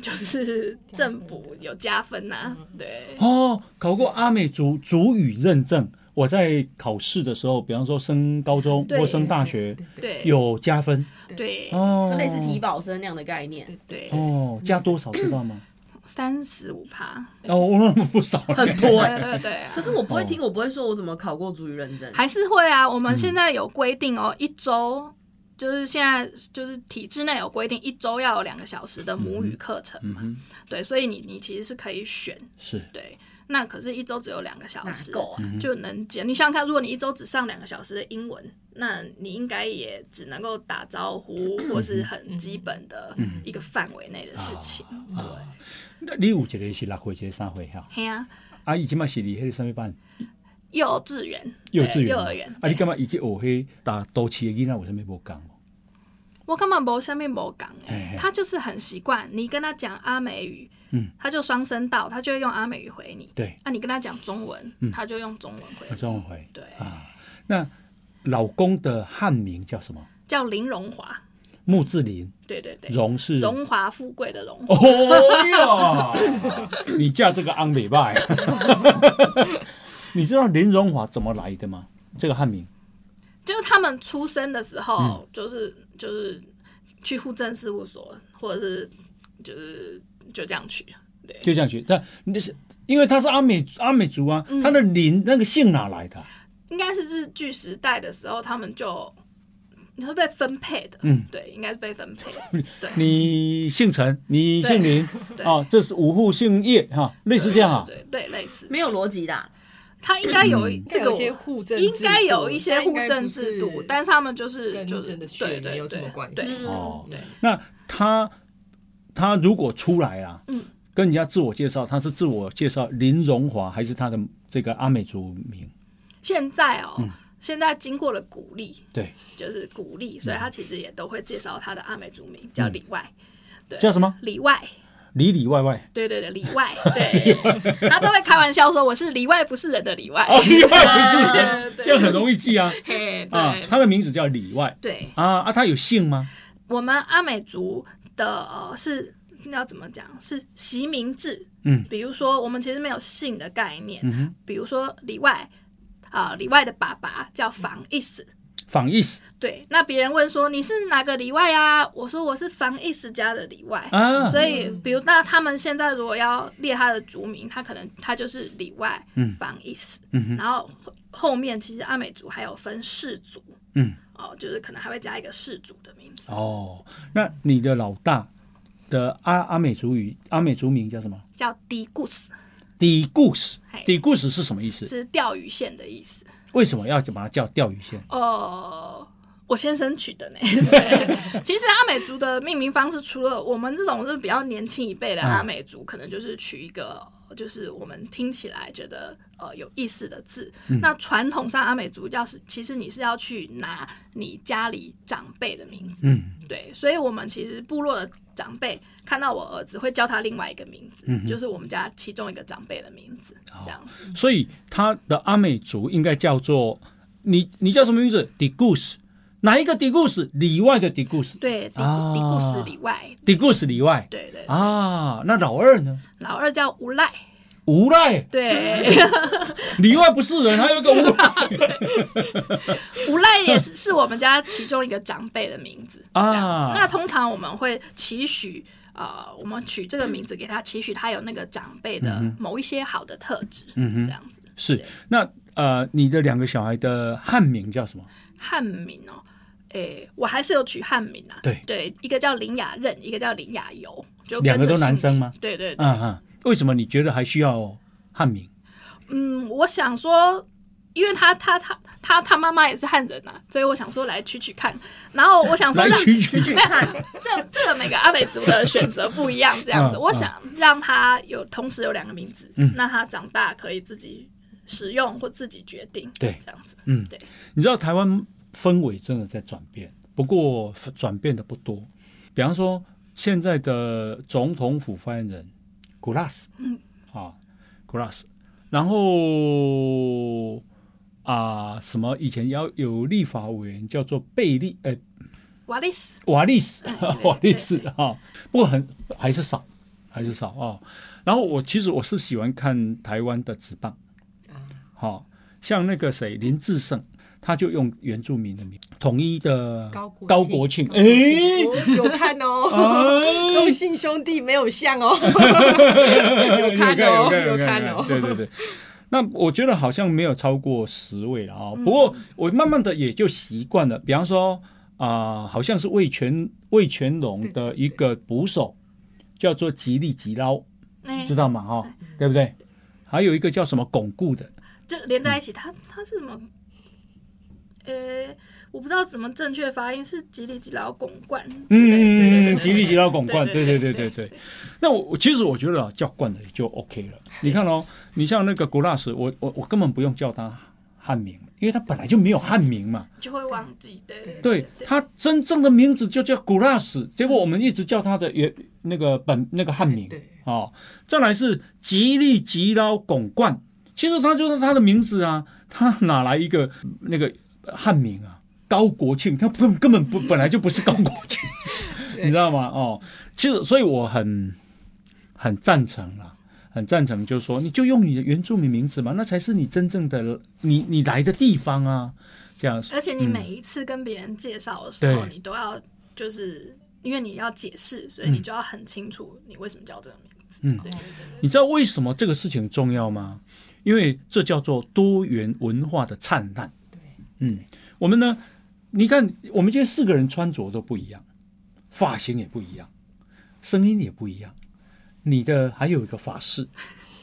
Speaker 2: 就是政府有加分呐、对。
Speaker 1: 哦，考过阿美族族语认证，我在考试的时候，比方说升高中
Speaker 2: 对
Speaker 1: 或升大学，
Speaker 2: 对哎
Speaker 1: 有加分
Speaker 2: 对
Speaker 1: 哦
Speaker 3: 就，类似体保生那样的概念，
Speaker 2: 对，
Speaker 1: 哦，加多少知道吗？
Speaker 2: 三十五趴，
Speaker 1: 哦，我不少了，
Speaker 3: 很多哎。
Speaker 2: 对对对啊
Speaker 3: 可是我不会听，我不会说我怎么考过主语认证，
Speaker 2: 还是会啊。我
Speaker 1: 嗯
Speaker 2: 们现在有规定哦，一周就是现在就是体制内有规定，一周要有两个小时的母语课程嘛。
Speaker 1: 嗯
Speaker 2: 对，所以你你其实是可以选，
Speaker 1: 是
Speaker 2: 对。那可是，一周只有两个小
Speaker 3: 哪
Speaker 2: 时，
Speaker 3: 够
Speaker 1: 嗯
Speaker 3: 啊？
Speaker 2: 就能减。你想想看，如果你一周只上两个小时的英文，那你应该也只能够打 招呼，或是很基本的
Speaker 1: 嗯
Speaker 2: 一个范围内的事情。对，
Speaker 1: 那你有一个是六岁，一个三岁哈，
Speaker 2: 嘿啊，
Speaker 1: 啊，伊即摆是伫迄个什么班？
Speaker 2: 幼稚园，
Speaker 1: 幼稚
Speaker 2: 对
Speaker 1: 园嘛。
Speaker 2: 幼儿园。
Speaker 1: 啊，你感觉伊去学迄打都市的囡仔有啥物无共无？
Speaker 2: 我根本没下面没讲
Speaker 1: 嘿嘿，
Speaker 2: 他就是很习惯。你跟他讲阿美语，
Speaker 1: 嗯
Speaker 2: 他就双声道，他就会用阿美语回你。
Speaker 1: 对，嗯
Speaker 2: 啊，你跟他讲中文，他就用中文回
Speaker 1: 我
Speaker 2: 你。
Speaker 1: 中文回。
Speaker 2: 对，
Speaker 1: 啊，那老公的汉名叫什么？
Speaker 2: 叫林荣华，
Speaker 1: 木字林，
Speaker 2: 对对对，
Speaker 1: 荣是。
Speaker 2: 荣华富贵的荣。
Speaker 1: 哦哟，你嫁这个安美拜，你知道林荣华怎么来的吗？这个汉名
Speaker 2: 就是他们出生的时候，
Speaker 1: 嗯
Speaker 2: 就是就是去户政事务所，或者是就是就这样去。对，
Speaker 1: 就这样学，但你是因为他是阿美阿美族啊，
Speaker 2: 嗯
Speaker 1: 他的林那个姓哪来的啊？
Speaker 2: 应该是日据时代的时候，他们就你是被分配的。
Speaker 1: 嗯，
Speaker 2: 对，应该是被分配的。对
Speaker 1: 你姓陈，你姓林
Speaker 2: 对
Speaker 1: 啊，这是五户姓叶哈，类似这样啊。
Speaker 2: 对对，类似。
Speaker 3: 没有逻辑的啊，
Speaker 2: 他应该有这个
Speaker 5: 有
Speaker 2: 我
Speaker 1: 嗯
Speaker 5: 一些户政制
Speaker 2: 应
Speaker 5: 度，
Speaker 2: 该有一些户政制
Speaker 5: 应该不
Speaker 2: 度
Speaker 5: 是，
Speaker 2: 但是他们就是
Speaker 5: 跟
Speaker 2: 就
Speaker 5: 真
Speaker 2: 是
Speaker 5: 的
Speaker 2: 对
Speaker 5: 血
Speaker 2: 对
Speaker 5: 缘有什么
Speaker 2: 对
Speaker 5: 关
Speaker 2: 对
Speaker 5: 系？
Speaker 1: 哦
Speaker 2: 对，
Speaker 1: 那他他如果出来啊，
Speaker 2: 嗯，
Speaker 1: 跟人家自我介绍，他是自我介绍林荣华还是他的这个阿美族名？
Speaker 2: 现在哦，现在经过了鼓励，
Speaker 1: 嗯对，
Speaker 2: 就是鼓励，所以他其实也都会介绍他的阿美族名
Speaker 1: 嗯
Speaker 2: 叫里外，对，
Speaker 1: 叫什么？
Speaker 2: 里外。
Speaker 1: 里里外外。
Speaker 2: 对对对，里 外，对，他都会开玩笑说我是里外不是人的里外，
Speaker 1: 哦，里外不是
Speaker 5: 呃
Speaker 1: 人，
Speaker 2: 对
Speaker 1: 这样很容易记啊。
Speaker 2: 嘿，
Speaker 1: 啊，
Speaker 2: 对
Speaker 1: 他的名字叫里外
Speaker 2: 对，
Speaker 1: 啊啊，他有姓吗？
Speaker 2: 我们阿美族的呃是要怎么讲？是习名制，
Speaker 1: 嗯，
Speaker 2: 比如说我们其实没有姓的概念，
Speaker 1: 嗯哼，
Speaker 2: 比如说里外啊、里外的爸爸叫房意思。
Speaker 1: 仿意思
Speaker 2: 对，那别人问说你是哪个里外啊？我说我是房意思家的里外。
Speaker 1: 啊，
Speaker 2: 所以，比如那他们现在如果要列他的族名，他可能他就是里外
Speaker 1: 嗯
Speaker 2: 房意思，
Speaker 1: 嗯哼
Speaker 2: 然后后后面其实阿美族还有分氏族，
Speaker 1: 嗯，
Speaker 2: 哦，就是可能还会加一个氏族的名字，
Speaker 1: 哦，那你的老大的阿阿美族语阿美族名叫什么？
Speaker 2: 叫低故事，
Speaker 1: 底故事
Speaker 2: 嘿，
Speaker 1: 底故事是什么意思？
Speaker 2: 是钓鱼线的意思。
Speaker 1: 为什么要把它叫钓鱼线？
Speaker 2: 哦，我先生取 的呢。对，其实阿美族的命名方式，除了我们这种就是比较年轻一辈的
Speaker 1: 嗯
Speaker 2: 阿美族，可能就是取一个。就是我们听起来觉得呃有意思的字，
Speaker 1: 嗯
Speaker 2: 那传统上阿美族要是其实你是要去拿你家里长辈的名字，
Speaker 1: 嗯，
Speaker 2: 对，所以我们其实部落的长辈看到我儿子会叫他另外一个名字，
Speaker 1: 嗯
Speaker 2: 就是我们家其中一个长辈的名字，这样子。
Speaker 1: 所以他的阿美族应该叫做你，你叫什么名字？底故事，哪一个底故事？里外的底故事，
Speaker 2: 对，迪
Speaker 1: 啊
Speaker 2: 迪故事里外，
Speaker 1: 底故事里外
Speaker 2: 对对对
Speaker 1: 啊。那老二呢？
Speaker 2: 老二叫无赖，
Speaker 1: 无赖，
Speaker 2: 对，
Speaker 1: 里外不是人，还有一个无赖
Speaker 2: 无赖也是是我们家其中一个长辈的名字。这样子
Speaker 1: 啊
Speaker 2: 那通常我们会期许，呃，我们取这个名字给他，期许他有那个长辈的某一些好的特质，
Speaker 1: 嗯哼
Speaker 2: 这样子。
Speaker 1: 是那呃，你的两个小孩的汉名叫什么？
Speaker 2: 汉名哦，诶、我还是有取汉名啊。
Speaker 1: 对
Speaker 2: 一个叫林雅任，一个叫林雅游，就
Speaker 1: 两个
Speaker 2: 跟着
Speaker 1: 都男
Speaker 2: 姓
Speaker 1: 生
Speaker 2: 名
Speaker 1: 吗？
Speaker 2: 对对对，
Speaker 1: 啊哈，为什么你觉得还需要汉名？
Speaker 2: 嗯，我想说，因为他他他他他妈妈也是汉人啊，所以我想说来取取看。然后我想说
Speaker 1: 来
Speaker 2: 让
Speaker 1: 取 取
Speaker 2: 没有这这个每个阿美族的选择不一样，这样子，
Speaker 1: 嗯
Speaker 2: 我想让他有同时有两个名字，那他长大可以自己使用或自己决定，
Speaker 1: 对
Speaker 2: 这样子，
Speaker 1: 嗯
Speaker 2: 对，
Speaker 1: 你知道台湾氛围真的在转变，不过呃转变的不多。比方说，现在的总统府发言人古拉斯，
Speaker 2: 嗯，
Speaker 1: 啊，古拉斯，然后啊、什么以前要有立法委员叫做贝利，呃，
Speaker 2: 瓦利斯，
Speaker 1: 瓦利斯
Speaker 2: 哎对，
Speaker 1: 瓦利斯啊、不过很还是少，还是少啊、然后我其实我是喜欢看台湾的职棒，好、像那个谁林志胜，他就用原住民的名，统一的
Speaker 5: 高国
Speaker 1: 高国庆，哎、
Speaker 5: 我有看哦，
Speaker 4: 啊
Speaker 1: 哎
Speaker 5: 中信兄弟没有像 哦，
Speaker 1: 有
Speaker 5: 看哦有看哦
Speaker 1: 对对对。 那我觉得好像没有超过十位了啊、不过我慢慢的也就习惯了。比方说啊、好像是魏全魏全龙的一个捕手，叫做吉利吉捞，
Speaker 2: 哎
Speaker 1: 知，道吗？哈、对不对？还有一个叫什么巩固的，
Speaker 2: 就连在一起，他他是什么？呃，我不知道怎么正确发音，是吉里吉劳拱冠，
Speaker 1: 嗯嗯嗯，吉
Speaker 2: 吉
Speaker 1: 利
Speaker 2: 里
Speaker 1: 吉
Speaker 2: 劳
Speaker 1: 捞巩冠，对对对对对。那我我其实我觉得啊叫惯了就 OK 了。你看哦，你像那个古拉什，我我我根本不用叫他汉名，因为他本来就没有汉名嘛。
Speaker 2: 就会忘记，对对
Speaker 1: 对他真正的名字就叫古拉什，结果我们一直叫他的原那个本那个汉名。
Speaker 5: 对
Speaker 1: 哦，再来是吉利吉捞拱冠，其实他就是他的名字啊，他哪来一个那个汉名啊？高国庆，他根根本不本来就不是高国庆，
Speaker 5: 对
Speaker 1: 你知道吗？哦，其实所以我很很赞成啦，很赞成，就是说你就用你的原住民名字嘛，那才是你真正的你你来的地方啊，这样
Speaker 2: 而且你每一次跟别人介绍的时候，
Speaker 1: 嗯对
Speaker 2: 你都要就是因为你要解释，所以你就要很清楚你为什么叫这个名字。
Speaker 1: 嗯
Speaker 2: 对对对
Speaker 1: 你知道为什么这个事情重要吗？因为这叫做多元文化的灿烂。对，嗯，我们呢，你看，我们今天四个人穿着都不一样，发型也不一样，声音也不一样，你的还有一个法式，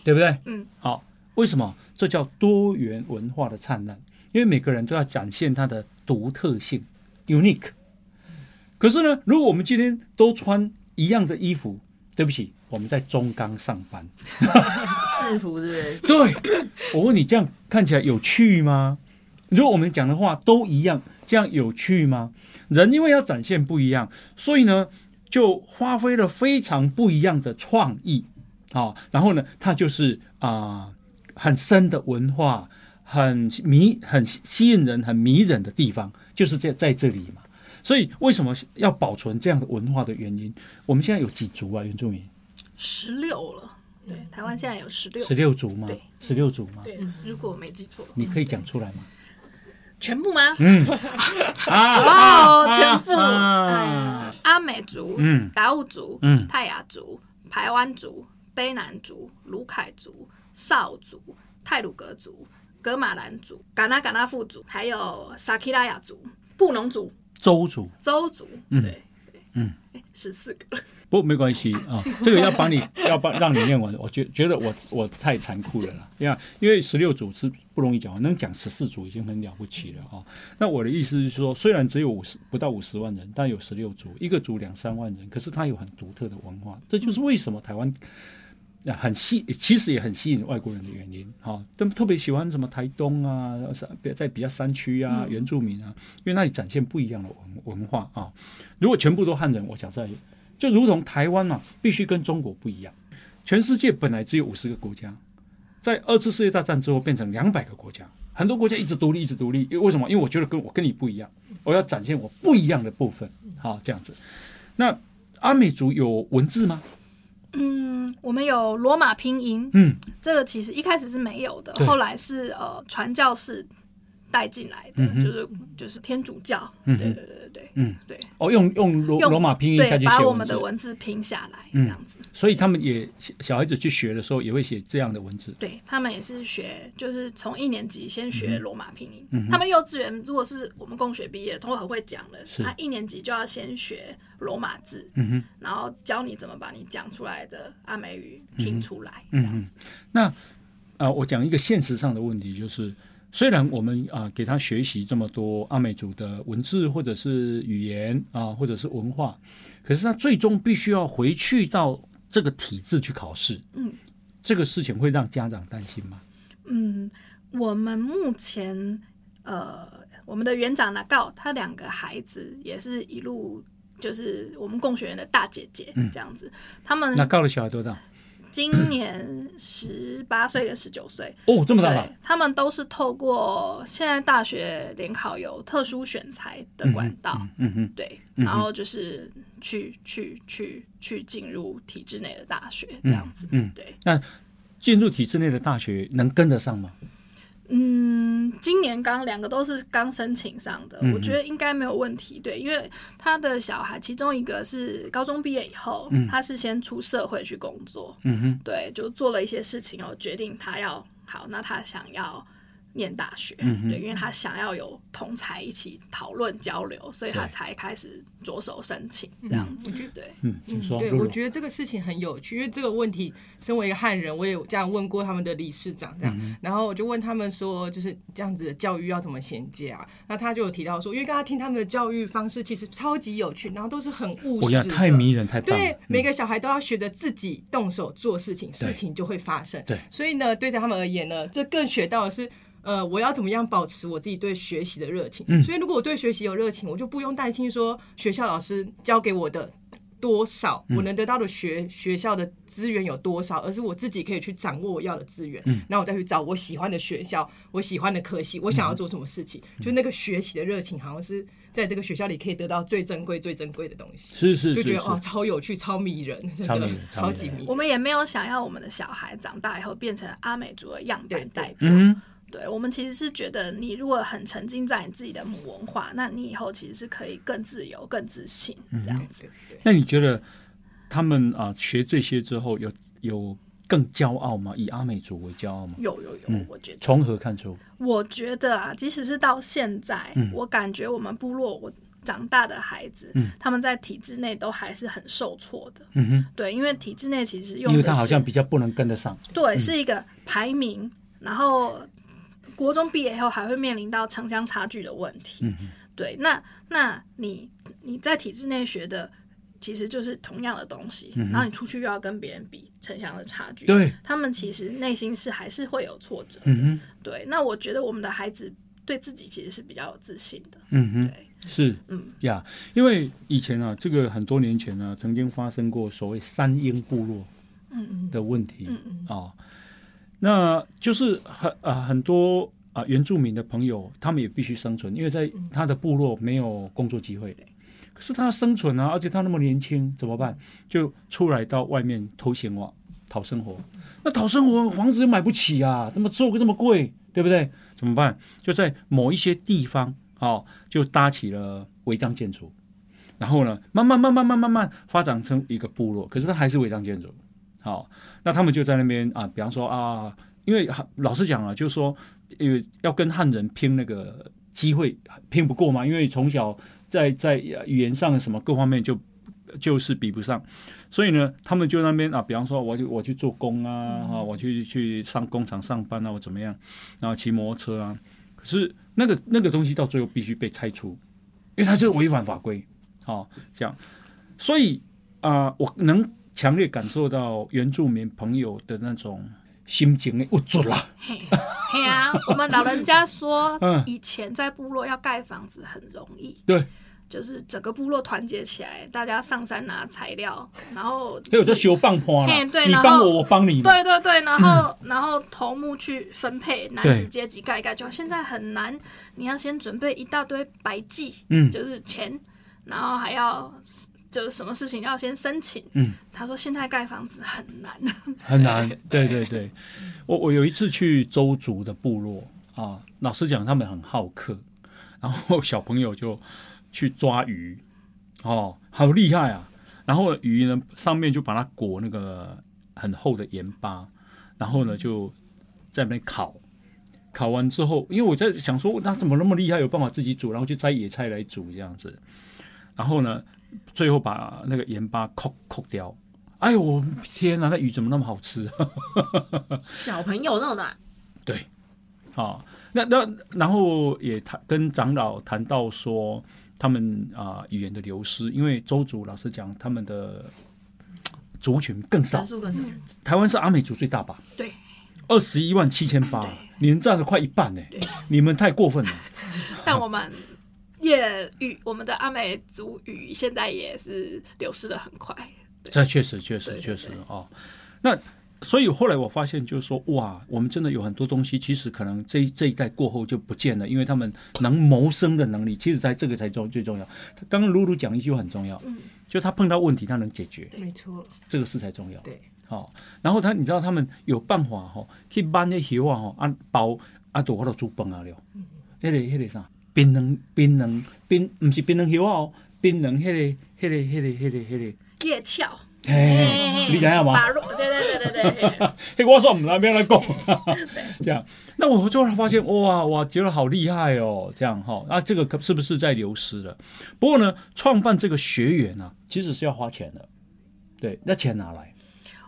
Speaker 1: 对不对？
Speaker 2: 嗯，
Speaker 1: 好，为什么？这叫多元文化的灿烂，因为每个人都要展现他的独特性 （unique）。可是呢，如果我们今天都穿一样的衣服，对不起，我们在中钢上班。
Speaker 3: 制服是不是？
Speaker 1: 对，我问你，这样看起来有趣吗？如果我们讲的话都一样，这样有趣吗？人因为要展现不一样，所以呢，就发挥了非常不一样的创意啊、然后呢，它就是啊、很深的文化，很迷、很吸引人、很迷人的地方，就是在在这里嘛。所以为什么要保存这样的文化的原因？我们现在有几族啊？原住民
Speaker 2: 十六了，对，台湾现在有十六
Speaker 1: 十。六族吗
Speaker 2: 对？
Speaker 1: 十六族吗？
Speaker 2: 对，如果我没记错，
Speaker 1: 你可以讲出来吗？
Speaker 2: 全部吗？
Speaker 1: 啊
Speaker 2: 哦，全部。
Speaker 1: 啊
Speaker 2: 哎阿美族、
Speaker 1: 嗯
Speaker 2: 达悟族、
Speaker 1: 嗯
Speaker 2: 泰雅族、排湾族、卑南族、卢凯族、邵族、泰鲁格族、格马兰族、嘎纳嘎纳富族，还有萨基拉雅族、布农族、
Speaker 1: 周族，
Speaker 2: 周族，对，
Speaker 1: 嗯
Speaker 2: 对，十四个了，
Speaker 1: 不过没关系啊，这个要把你要把让你念完，我觉觉得我我太残酷了啦，因为因为十六组是不容易讲完，能讲十四组已经很了不起了啊。那我的意思是说，虽然只有五十不到五十万人，但有十六组，一个组两三万人，可是它有很独特的文化，这就是为什么台湾。啊很吸，其实也很吸引外国人的原因，好、他们特别喜欢什么台东啊，山在比较山区啊，原住民啊，因为那里展现不一样的文文化啊。如果全部都汉人，我想在就如同台湾嘛，必须跟中国不一样。全世界本来只有五十个国家，在二次世界大战之后变成两百个国家，很多国家一直独立，一直独立。因为为什么？因为我觉得跟我跟你不一样，我要展现我
Speaker 2: 嗯
Speaker 1: 不一样的部分。好，这样子。那阿美族有文字吗？
Speaker 2: 嗯，我们有罗马拼音，
Speaker 1: 嗯，
Speaker 2: 这个其实一开始是没有的
Speaker 1: 对，
Speaker 2: 后来是呃传教士带进来的，就是就是天主教，
Speaker 1: 嗯
Speaker 2: 对
Speaker 1: 哼
Speaker 2: 对对对
Speaker 1: 嗯
Speaker 2: 对
Speaker 1: 哦，用用罗
Speaker 2: 用
Speaker 1: 罗马拼音下
Speaker 2: 对，
Speaker 1: 去
Speaker 2: 把
Speaker 1: 写
Speaker 2: 我
Speaker 1: 文
Speaker 2: 们
Speaker 1: 字
Speaker 2: 的，文字拼下来，
Speaker 1: 嗯
Speaker 2: 这样子。
Speaker 1: 所以他们也小小孩子去学的时候也会写这样的文字。
Speaker 2: 对他们也是学，就是从一年级先
Speaker 1: 嗯
Speaker 2: 学罗马拼音。他们幼稚园如果是我们共学毕业，都很会讲的。
Speaker 1: 是
Speaker 2: 他一年级就要先学罗马字，
Speaker 1: 嗯哼，
Speaker 2: 然后教你怎么把你讲出来的阿美语拼出来。这样
Speaker 1: 嗯嗯，那啊，我讲一个现实上的问题，就是虽然我们啊给他学习这么多阿美族的文字或者是语言啊，或者是文化，可是他最终必须要回去到这个体制去考试。
Speaker 2: 嗯，
Speaker 1: 这个事情会让家长担心吗？
Speaker 2: 嗯，我们目前呃，我们的园长拿告他两个孩子也是一路。就是我们共学院的大姐姐这样子，他们
Speaker 5: 嗯
Speaker 1: 那高的小孩多大？
Speaker 2: 今年十八岁跟十九岁，
Speaker 1: 哦，这么大了
Speaker 2: 对，他们都是透过现在大学联考有特殊选材的管道，
Speaker 1: 嗯哼，
Speaker 2: 对，
Speaker 1: 嗯哼
Speaker 2: 然后就是去去去去进入体制内的大学这样子，
Speaker 1: 嗯嗯
Speaker 2: 对，
Speaker 1: 进入体制内的大学能跟得上吗？
Speaker 2: 嗯，今年刚两个都是刚申请上的，
Speaker 1: 嗯哼
Speaker 2: 我觉得应该没有问题，对，因为他的小孩其中一个是高中毕业以后，他是先出社会去工作，
Speaker 1: 嗯哼，
Speaker 2: 对，就做了一些事情哦，决定他要好，那他想要念大学，
Speaker 1: 嗯
Speaker 2: 对，因为他想要有同才一起讨论交流，所以他
Speaker 1: 对
Speaker 2: 才开始着手申请这样子。对，
Speaker 1: 嗯，请说。
Speaker 5: 对，
Speaker 1: 露露
Speaker 5: 我觉得这个事情很有趣，因为这个问题，身为一个汉人，我也有这样问过他们的理事长，这样，然后我就问他们说，就是这样子的教育要怎么衔接啊？那他就有提到说，因为刚刚听他们的教育方式其实超级有趣，然后都是很务
Speaker 1: 我
Speaker 5: 实
Speaker 1: 要
Speaker 5: 的，
Speaker 1: 哦太迷人，太棒了。
Speaker 5: 对，
Speaker 1: 嗯
Speaker 5: 每个小孩都要学着自己动手做事情，
Speaker 1: 对
Speaker 5: 事情就会发生。
Speaker 1: 对
Speaker 5: 所以呢，对他们而言呢，这更学到的是。呃，我要怎么样保持我自己对学习的热情？
Speaker 1: 嗯
Speaker 5: 所以如果我对学习有热情，我就不用担心说学校老师教给我的多少，
Speaker 1: 嗯
Speaker 5: 我能得到的学学校的资源有多少，而是我自己可以去掌握我要的资源，
Speaker 1: 嗯
Speaker 5: 然后我再去找我喜欢的学校、我喜欢的科系，我想要做什么事情，
Speaker 1: 嗯
Speaker 5: 就那个学习的热情，好像是在这个学校里可以得到最珍贵、最珍贵的东西。
Speaker 1: 嗯是是
Speaker 5: 就是觉
Speaker 1: 是
Speaker 5: 得，哦，超有趣，超迷人，真
Speaker 1: 超迷
Speaker 5: 的
Speaker 1: 人超迷
Speaker 5: 超级
Speaker 1: 人
Speaker 5: 迷
Speaker 2: 我
Speaker 5: 人。
Speaker 2: 们也没有想要我们的小孩长大以后变成阿美族的样
Speaker 5: 对
Speaker 2: 板
Speaker 5: 对
Speaker 2: 代表。
Speaker 1: 嗯哼，
Speaker 2: 对，我们其实是觉得，你如果很沉浸在你自己的母文化，那你以后其实是可以更自由、更自信
Speaker 1: 嗯
Speaker 2: 这样子。
Speaker 1: 那你觉得他们啊学这些之后有有更骄傲吗？以阿美族为骄傲吗？
Speaker 2: 有有有，
Speaker 1: 嗯
Speaker 2: 我觉得。
Speaker 1: 从何看出？
Speaker 2: 我觉得啊，即使是到现在，
Speaker 1: 嗯
Speaker 2: 我感觉我们部落我长大的孩子，他们在体制内都还是很受挫的。
Speaker 1: 嗯哼，
Speaker 2: 对，因为体制内其实用
Speaker 1: 因为
Speaker 2: 的
Speaker 1: 他好
Speaker 2: 是
Speaker 1: 像比较不能跟得上。
Speaker 2: 对、是一个排名，然后国中毕业以后还会面临到城乡差距的问题。
Speaker 1: 嗯
Speaker 2: 对，那那你你在体制内学的。其实就是同样的东西，然后你出去又要跟别人比城乡的差
Speaker 1: 嗯
Speaker 2: 距，
Speaker 1: 对，
Speaker 2: 他们其实内心是还是会有挫折的
Speaker 1: 嗯哼，
Speaker 2: 对，那我觉得我们的孩子对自己其实是比较有自信的。
Speaker 1: 嗯哼，
Speaker 2: 对，
Speaker 1: 是，
Speaker 2: 嗯
Speaker 1: 呀，因为以前啊，这个很多年前呢、曾经发生过所谓三英部落
Speaker 2: 嗯
Speaker 1: 的问题
Speaker 2: 嗯
Speaker 1: 啊、那就是很啊、很多啊、原住民的朋友，他们也必须生存，因为在他的部落没有工作机会，可是他生存啊，而且他那么年轻，怎么办？就出来到外面偷闲玩、讨生活。那讨生活，房子又买不起啊，怎么住这么贵，对不对？怎么办？就在某一些地方，哦，就搭起了违章建筑，然后呢，慢慢慢慢慢慢慢发展成一个部落，可是它还是违章建筑。好、那他们就在那边啊，比方说啊，因为啊老实讲啊，就是说，因为要跟汉人拼那个机会拼不过嘛，因为从小在在语言上什么各方面就就是比不上，所以呢，他们就那边啊，比方说我去我去做工啊，哈、我去去上工厂上班啊，我怎么样，然后骑摩托车啊，可是那个那个东西到最后必须被拆除，因为它就是违反法规，好、这样，所以啊、我能强烈感受到原住民朋友的那种心情的哎不准啦，
Speaker 2: 嘿，嘿啊，我们老人家说
Speaker 1: 嗯，
Speaker 2: 以前在部落要盖房子很容易，
Speaker 1: 对，
Speaker 2: 就是整个部落团结起来，大家上山拿材料，然后
Speaker 1: 还有在
Speaker 2: 是
Speaker 1: 修棒坡啦
Speaker 2: 嘿，对
Speaker 1: 你
Speaker 2: 然
Speaker 1: 帮
Speaker 2: 后
Speaker 1: 我，我帮你嘛，
Speaker 2: 对对对，然后、然后头目去分配男
Speaker 1: 对
Speaker 2: 子阶级盖一盖就好。现在很难，你要先准备一大堆白计，
Speaker 1: 嗯
Speaker 2: 就是钱，然后还要就是什么事情要先申请。
Speaker 1: 嗯，
Speaker 2: 他说现在盖房子很难，
Speaker 1: 很难。对对对，我我有一次去周族的部落啊，老实讲，他们很好客，然后小朋友就去抓鱼，哦，好厉害啊！然后鱼呢，上面就把它裹那个很厚的盐巴，然后呢就在那边烤。烤完之后，因为我在想说，那怎么那么厉害，有办法自己煮，然后就摘野菜来煮这样子。然后呢，最后把那个盐巴扣扣掉。哎呦天哪，那鱼怎么那么好吃 啊？
Speaker 3: 小朋友那种的，
Speaker 1: 啊，那那然后也谈跟长老谈到说他们啊、语言的流失，因为周族老实讲他们的族群更少
Speaker 3: 人，数更少，
Speaker 1: 台湾是阿美族最大吧？
Speaker 2: 对，
Speaker 1: 二十一万七千八，你们占了快一半呢、你们太过分了。
Speaker 2: 但我们也语，我们的阿美族语现在也是流失的很快。
Speaker 1: 这确实确实
Speaker 2: 对对
Speaker 1: 确实
Speaker 2: 对
Speaker 1: 哦。那所以后来我发现，就是说，哇，我们真的有很多东西，其实可能这一这一代过后就不见了，因为他们能谋生的能力，其实在这个才重最重要。刚刚露露讲一句话很重要，
Speaker 2: 嗯
Speaker 1: 就他碰到问题，他能解决，
Speaker 5: 没错，
Speaker 1: 这个事才重要。
Speaker 5: 对，
Speaker 1: 好、然后他你知道他们有办法吼、去搬那些啊吼，啊包啊都我都煮饭啊了，
Speaker 2: 嗯
Speaker 1: 迄个迄个啥槟榔槟榔槟，毋是槟榔叶啊哦，槟榔迄个迄个迄个迄个迄个，
Speaker 2: 叶鞘，
Speaker 1: 嘿，你知影吗？
Speaker 2: 把肉，对对对对对，
Speaker 1: 嘿，我说我们那边来讲，这样。那我就发现，哇哇，觉得好厉害哦，这样哈。那这个可是不是在流失了？不过呢，创办这个学员啊，其实是要花钱的，对，那钱哪来？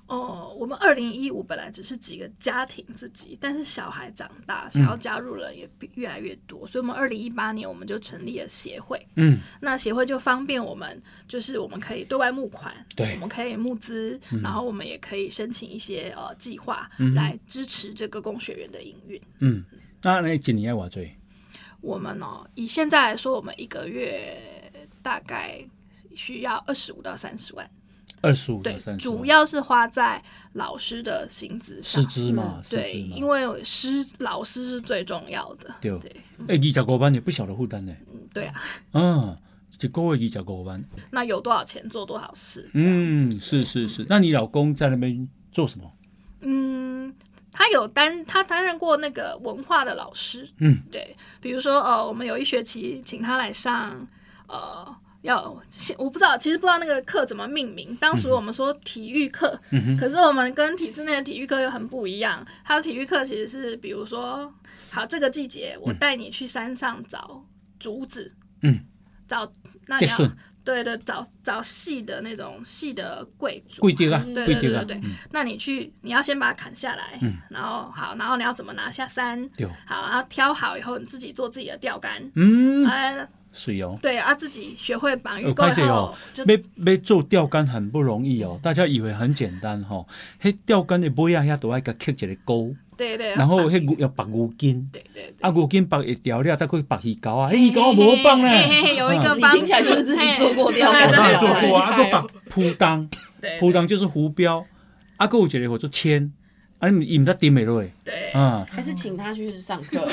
Speaker 2: 哦，我们二零一五本来只是几个家庭自己，但是小孩长大，
Speaker 1: 嗯
Speaker 2: 想要加入人也比越来越多，所以我们二零一八年我们就成立了协会。
Speaker 1: 嗯，
Speaker 2: 那协会就方便我们，就是我们可以对外募款，
Speaker 1: 对嗯
Speaker 2: 我们可以募资，然后我们也可以申请一些呃计划来支持这个工学园的营运。
Speaker 1: 嗯，那那一年要多少？
Speaker 2: 我们哦，以现在来说，我们一个月大概需要二十五到三十万，
Speaker 1: 二十五到
Speaker 2: 对
Speaker 1: 三，十，
Speaker 2: 主要是花在老师的薪资上
Speaker 1: 师。资嘛，师
Speaker 2: 对，
Speaker 1: 资
Speaker 2: 因
Speaker 1: 嘛。
Speaker 2: 为师老师是最重要的。
Speaker 1: 对
Speaker 2: 对，
Speaker 1: 哎，二十五万也不小的负担呢。
Speaker 2: 嗯对啊，
Speaker 1: 嗯，一个月二十五万。
Speaker 2: 那有多少钱做多少事。嗯
Speaker 1: 嗯，是是是。那你老公在那边做什么？
Speaker 2: 嗯，他有担他担任过那个文化的老师。
Speaker 1: 嗯，
Speaker 2: 对，比如说呃，我们有一学期请他来上呃。要其我不知道，其实不知道那个课怎么命名。当时我们说体育课，
Speaker 1: 嗯
Speaker 2: 可是我们跟体制内的体育课又很不一样。他的体育课其实是，比如说，好，这个季节我带你去山上找竹子，
Speaker 1: 嗯，
Speaker 2: 找那你
Speaker 1: 电
Speaker 2: 要
Speaker 1: 顺
Speaker 2: 对对，找找细的那种细的桂竹，
Speaker 1: 贵点啊，
Speaker 2: 对
Speaker 1: 贵
Speaker 2: 对对
Speaker 1: 点
Speaker 2: 对
Speaker 1: 啊。嗯
Speaker 2: 对，那你去，你要先把它砍下来，然后好，然后你要怎么拿下山？
Speaker 1: 对
Speaker 2: 好，然后挑好以后，你自己做自己的钓竿。
Speaker 1: 嗯，
Speaker 2: 哎，
Speaker 1: 水哦。
Speaker 2: 对啊，自己学会绑鱼
Speaker 1: 呃
Speaker 2: 钩
Speaker 1: 拍
Speaker 2: 以
Speaker 1: 摄哦
Speaker 2: 后，就
Speaker 1: 要要做钓竿很不容易哦，大家以为很简单吼、迄钓竿的尾啊遐都爱甲刻一个钩，
Speaker 2: 对对，
Speaker 1: 然后
Speaker 2: 绑
Speaker 1: 迄
Speaker 2: 鱼
Speaker 1: 牛要绑牛筋，
Speaker 2: 对对对
Speaker 1: 啊牛筋绑一条了，再去绑鱼钩啊，迄鱼钩无 绑
Speaker 2: 嘿嘿
Speaker 1: 咧，
Speaker 2: 嘿，有一个
Speaker 3: 你
Speaker 2: 方
Speaker 3: 听起来就是
Speaker 2: 式，
Speaker 3: 自己
Speaker 2: 嘿
Speaker 3: 做过钓竿
Speaker 1: 嗯我
Speaker 2: 对
Speaker 1: 当然
Speaker 2: 对
Speaker 1: 做
Speaker 2: 对
Speaker 1: 过啊，
Speaker 3: 好厉
Speaker 1: 还
Speaker 3: 害哦
Speaker 1: 绑扑当，
Speaker 2: 对
Speaker 1: 扑
Speaker 2: 对
Speaker 1: 当就是浮标，啊还有一个叫做铅，啊你伊毋知沉袂落去
Speaker 2: 对，
Speaker 1: 啊，
Speaker 3: 还是请他去上课，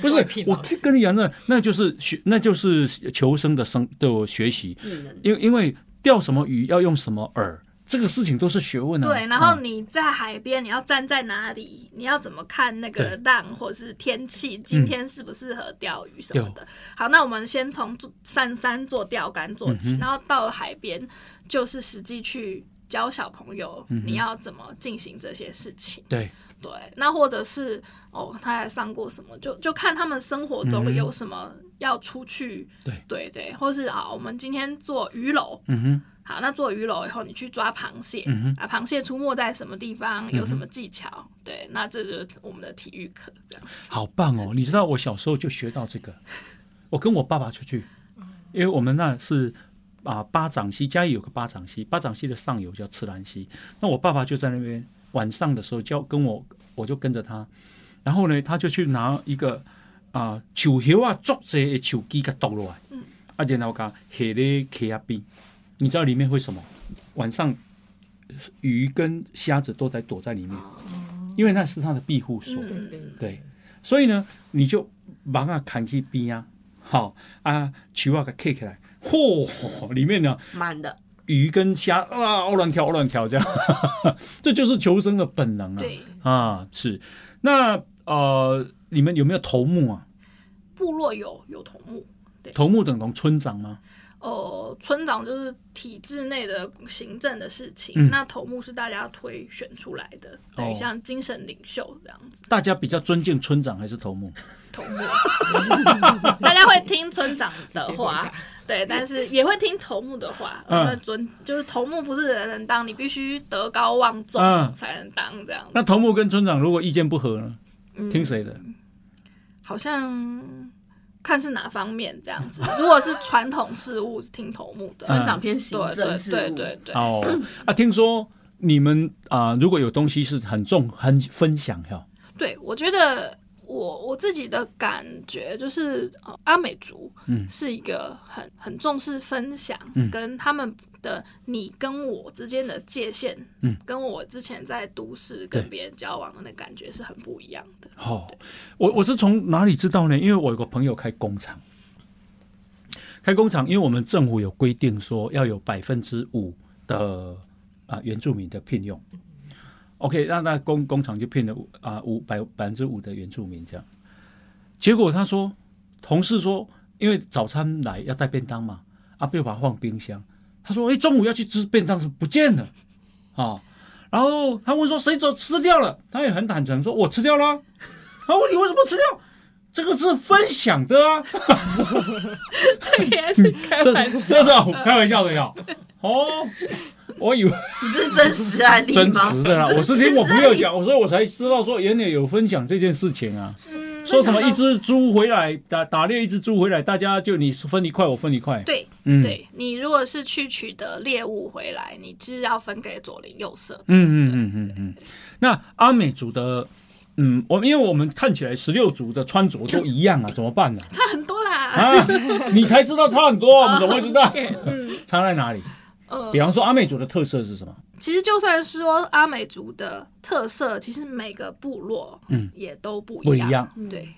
Speaker 1: 不是
Speaker 5: 外聘
Speaker 1: 我
Speaker 5: 老师
Speaker 1: 跟你讲那那就是学那就是求生的生的学习，
Speaker 3: 技能。
Speaker 1: 因因为钓什么鱼要用什么饵，这个事情都是学问啊。
Speaker 2: 对，然后
Speaker 1: 嗯
Speaker 2: 你在海边，你要站在哪里？你要怎么看那个浪，或者是天气？
Speaker 1: 嗯
Speaker 2: 今天适不适合钓鱼什么的？好，那我们先从做上山做钓竿做
Speaker 1: 嗯
Speaker 2: 起，然后到了海边，就是实际去教小朋友
Speaker 1: 嗯
Speaker 2: 你要怎么进行这些事情。
Speaker 1: 对，
Speaker 2: 对，那或者是哦，他还上过什么？就就看他们生活中有什么要出去。
Speaker 1: 嗯对
Speaker 2: 对对，或是啊，我们今天做鱼篓，
Speaker 1: 嗯哼，
Speaker 2: 好，那做鱼篓以后，你去抓螃蟹、
Speaker 1: 嗯
Speaker 2: 啊，螃蟹出没在什么地方，有什么技巧？对，那这就是我们的体育课这样。
Speaker 1: 好棒哦！你知道我小时候就学到这个，我跟我爸爸出去，因为我们那是啊巴掌溪，家里有个巴掌溪，巴掌溪的上游叫赤兰溪，那我爸爸就在那边晚上的时候教跟我，我就跟着他，然后呢，他就去拿一个啊树叶啊竹子的树枝给倒落来，啊，然后甲下咧溪啊边，你知道里面会什么？晚上鱼跟虾子都在躲在里面，因为那是它的庇护所。
Speaker 5: 对对，
Speaker 1: 对，所以呢，你就忙啊砍去边啊，好啊，树啊给砍起来，嚯、里面呢
Speaker 3: 满的，
Speaker 1: 鱼跟虾啊，哦乱跳哦乱跳这样， 这就是求生的本能啊。
Speaker 2: 对，
Speaker 1: 啊，是。那呃，你们有没有头目啊？
Speaker 2: 部落有有头目，
Speaker 1: 头目等同村长吗？
Speaker 2: 呃，村长就是体制内的行政的事情，
Speaker 1: 嗯
Speaker 2: 那头目是大家推选出来的，等
Speaker 1: 哦
Speaker 2: 于像精神领袖这样子。
Speaker 1: 大家比较尊敬村长还是头目？
Speaker 2: 头目， 大家会听村长的话，对，但是也会听头目的话。
Speaker 1: 嗯
Speaker 2: 那尊就是头目不是人人当，你必须德高望重
Speaker 1: 嗯
Speaker 2: 才能当这样
Speaker 1: 那
Speaker 2: 子。
Speaker 1: 头目跟村长如果意见不合呢？
Speaker 2: 嗯
Speaker 1: 听谁的？
Speaker 2: 好像看是哪方面这样子。 如果是传统事务，是听头目的。
Speaker 3: 村长偏行
Speaker 2: 对
Speaker 3: 政
Speaker 2: 对
Speaker 3: 事务，
Speaker 2: 对对对，
Speaker 1: 哦，啊，听说你们啊、如果有东西是很重很分享哈，
Speaker 2: 对，我觉得我我自己的感觉就是，呃、阿美族是一个很很重视分享，跟他们的你跟我之间的界限，嗯，跟我之前在都市跟
Speaker 1: 对
Speaker 2: 别人交往的那感觉是很不一样的。
Speaker 1: 哦，我我是从哪里知道呢？因为我有个朋友开工厂，开工厂，因为我们政府有规定说要有百分之五的啊、原住民的聘用。OK，那那工工厂就聘了啊五百百分之五的原住民这样。结果他说，同事说，因为早餐来要带便当嘛，啊，不要把它放冰箱。他说，哎、中午要去吃便当是不见了啊、然后他问说谁走吃掉了，他也很坦诚说，我吃掉了啊。他问你为什么吃掉？这个是分享的啊，
Speaker 2: 这个也是开
Speaker 1: 这
Speaker 2: 玩笑，
Speaker 1: 这是我开玩笑的呀。哦，我以为
Speaker 3: 你这是真实案例
Speaker 1: 真
Speaker 3: 吗？
Speaker 1: 实的啦，我是听我朋友讲，我所以我才知道说原来有分享这件事情啊。
Speaker 2: 嗯，
Speaker 1: 说什么一只猪回来打打猎一只猪回来，大家就你分一块，我分一块。
Speaker 2: 对。
Speaker 1: 嗯，
Speaker 2: 对你如果是去取得猎物回来，你是要分给左邻右舍的。
Speaker 1: 嗯嗯嗯嗯嗯。那阿美族的，嗯，我们因为我们看起来十六族的穿着都一样啊，怎么办呢、
Speaker 2: 差很多啦。
Speaker 1: 啊，你才知道差很多，我们怎么会知道
Speaker 2: 啊嗯，
Speaker 1: 差在哪里？
Speaker 2: 呃
Speaker 1: 比，方说阿美族的特色是什么？
Speaker 2: 其实就算是说阿美族的特色，其实每个部落嗯也都不
Speaker 1: 不
Speaker 2: 一
Speaker 1: 一
Speaker 2: 样，
Speaker 1: 样
Speaker 3: 嗯
Speaker 2: 对，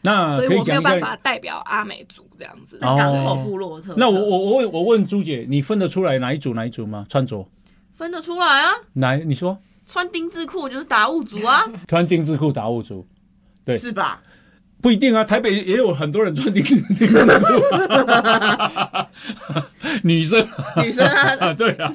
Speaker 1: 那
Speaker 2: 所
Speaker 1: 可
Speaker 2: 以我没
Speaker 1: 讲
Speaker 2: 有
Speaker 1: 一
Speaker 2: 办
Speaker 1: 下。
Speaker 2: 法代表阿美族这样子。
Speaker 1: 哦
Speaker 3: 港口部落的特色
Speaker 1: 那我我我问我问朱姐，你分得出来哪一组哪一组吗？穿着
Speaker 3: 分得出来啊，
Speaker 1: 哪？你说
Speaker 3: 穿丁字裤就是达悟族啊，
Speaker 1: 穿丁字裤达悟族对
Speaker 3: 是吧？
Speaker 1: 不一定啊，台北也有很多人穿丁字丁字裤，啊 女生
Speaker 3: 女生啊
Speaker 1: 啊，对啊，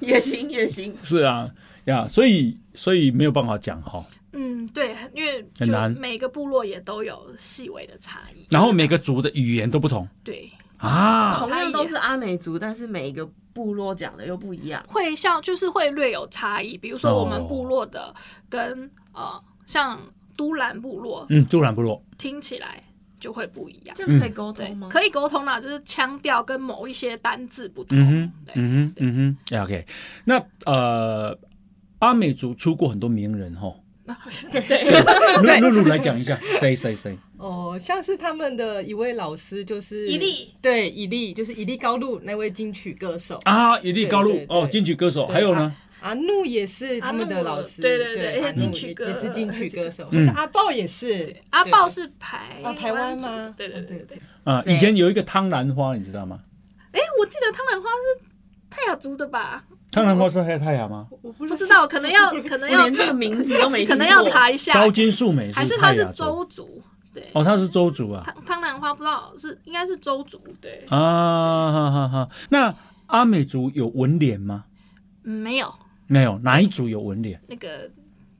Speaker 3: 也行也行，
Speaker 1: 是啊呀，所以所以没有办法讲哈。
Speaker 2: 嗯，对，因为
Speaker 1: 很
Speaker 2: 就
Speaker 1: 难
Speaker 2: 每个部落也都有细微的差异。
Speaker 1: 然后每个族的语言都不同
Speaker 2: 对，
Speaker 1: 啊，
Speaker 3: 同样都是阿美族，但是每一个部落讲的又不一样。
Speaker 2: 会像就是会略有差异，比如说我们部落的跟、呃像都兰部落
Speaker 1: 嗯，杜兰部落
Speaker 2: 听起来就会不一
Speaker 1: 嗯
Speaker 2: 样。
Speaker 3: 这样可以沟
Speaker 2: 对
Speaker 3: 通吗，？
Speaker 2: 可以沟通啦，就是腔调跟某一些单字不同。
Speaker 1: 嗯哼
Speaker 2: 对，，
Speaker 1: 嗯哼，嗯哼，OK。那呃，阿美族出过很多名人哈。对，露露露来讲一下，谁谁谁？
Speaker 5: 哦，像是他们的一位老师就是
Speaker 2: 一粒，
Speaker 5: 对一粒就是一粒高露那位金曲歌手
Speaker 1: 啊，一粒高露
Speaker 5: 对对对
Speaker 1: 哦，金曲歌手，
Speaker 5: 对
Speaker 1: 还有呢，
Speaker 5: 阿怒也是他们的老师，
Speaker 2: 阿怒对对对而且
Speaker 5: 阿怒
Speaker 2: 金曲歌
Speaker 5: 也是金曲歌手，
Speaker 1: 嗯
Speaker 5: 或是阿豹也是
Speaker 2: 对，阿豹
Speaker 5: 对
Speaker 2: 是台
Speaker 5: 哦台湾
Speaker 2: 族的
Speaker 5: 吗
Speaker 2: 对对对对
Speaker 5: 哦
Speaker 2: 对。
Speaker 1: 啊，
Speaker 3: 谁
Speaker 1: 以前有一个汤兰花，你知道吗？
Speaker 2: 哎，我记得汤兰花是泰雅族的吧？
Speaker 1: 汤兰花是黑太阳吗？
Speaker 5: 我不
Speaker 2: 不知道，可能 要可
Speaker 3: 我
Speaker 2: 能要
Speaker 3: 连这个名字都没听过，
Speaker 2: 可能要查一下，
Speaker 1: 高金素美
Speaker 2: 还是
Speaker 1: 是
Speaker 2: 他
Speaker 1: 泰
Speaker 2: 是
Speaker 1: 雅族
Speaker 2: 周族？对，
Speaker 1: 哦，他是周族啊
Speaker 2: 汤汤兰花不知道是应该是周族，对，
Speaker 1: 啊，哈哈哈。那阿美族有纹脸吗？
Speaker 2: 嗯没有
Speaker 1: 没有，哪一族有纹脸？
Speaker 2: 那个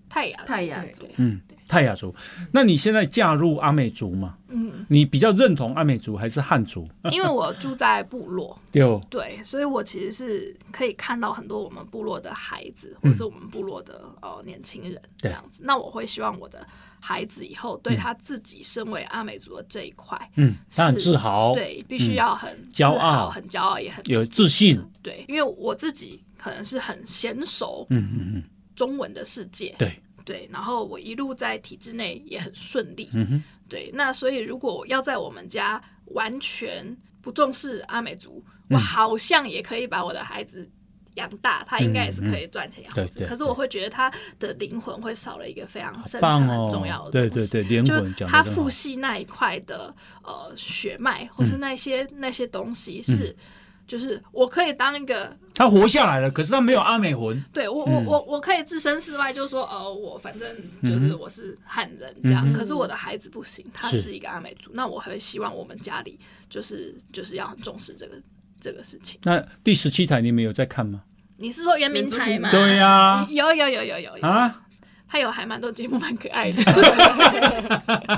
Speaker 2: 泰雅族
Speaker 3: 泰雅族
Speaker 2: 对
Speaker 1: 嗯，泰雅族。那你现在嫁入阿美族嘛？
Speaker 2: 嗯，
Speaker 1: 你比较认同阿美族还是汉族？
Speaker 2: 因为我住在部落，
Speaker 1: 对哦，
Speaker 2: 对，所以我其实是可以看到很多我们部落的孩子，
Speaker 1: 嗯
Speaker 2: 或者是我们部落的呃年轻人这样子。那我会希望我的孩子以后对他自己身为阿美族的这一块，
Speaker 1: 嗯，他很
Speaker 2: 是
Speaker 1: 自豪，
Speaker 2: 对，必须要很自
Speaker 1: 嗯骄
Speaker 2: 豪
Speaker 1: 傲
Speaker 2: 很骄傲，也很
Speaker 1: 有自信，
Speaker 2: 对，因为我自己可能是很娴熟
Speaker 1: 嗯嗯嗯，
Speaker 2: 中文的世界，
Speaker 1: 对，
Speaker 2: 对，然后我一路在体制内也很顺利，
Speaker 1: 嗯哼，
Speaker 2: 对，那所以如果我要在我们家
Speaker 1: 嗯
Speaker 2: 完全不重视阿美族，我好像也可以把我的孩子养大，他应该也是可以赚钱养活
Speaker 1: 嗯对
Speaker 2: 自己。
Speaker 1: 对
Speaker 2: 可是我会觉得他的灵魂会少了一个非常深
Speaker 1: 棒
Speaker 2: 层
Speaker 1: 哦
Speaker 2: 很重要的
Speaker 1: 对
Speaker 2: 东西
Speaker 1: 对对灵
Speaker 2: 就
Speaker 1: 魂
Speaker 2: 是
Speaker 1: 讲得
Speaker 2: 他
Speaker 1: 真好
Speaker 2: 父系那一块的呃血脉，或
Speaker 1: 嗯
Speaker 2: 是那些、那些东西是。就是我可以当一个，
Speaker 1: 他活下来了，可是他没有阿美魂，
Speaker 2: 对我
Speaker 1: 嗯
Speaker 2: 我我我可以置身事外，就是说，呃，我反正
Speaker 1: 嗯
Speaker 2: 就是我是汉人这样，可是我的孩子不行，他
Speaker 1: 是
Speaker 2: 是一个阿美族，那我会希望我们家里就是就是要很重视这个这个事情。
Speaker 1: 那第十七台你们有在看吗？
Speaker 2: 你是说圆明台吗？
Speaker 1: 对 呀
Speaker 2: 有有有有有有
Speaker 1: 啊，
Speaker 2: 他有还蛮多节目蛮可爱的。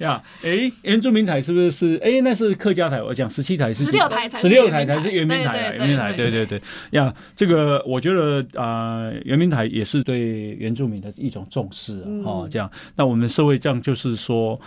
Speaker 1: 呀，哎，原住民台是不是是？哎，那是客家台，我讲十七台是
Speaker 2: 十六哎台才
Speaker 1: 十
Speaker 2: 是
Speaker 1: 六
Speaker 2: 圆
Speaker 1: 台
Speaker 2: 明
Speaker 1: 才是圆明台啊，
Speaker 2: 对
Speaker 1: 圆明台，对对对呀，这个我觉得啊，呃圆明台也是对原住民的一种重视啊，
Speaker 2: 嗯
Speaker 1: 哦，这样，那我们社会这样就是说。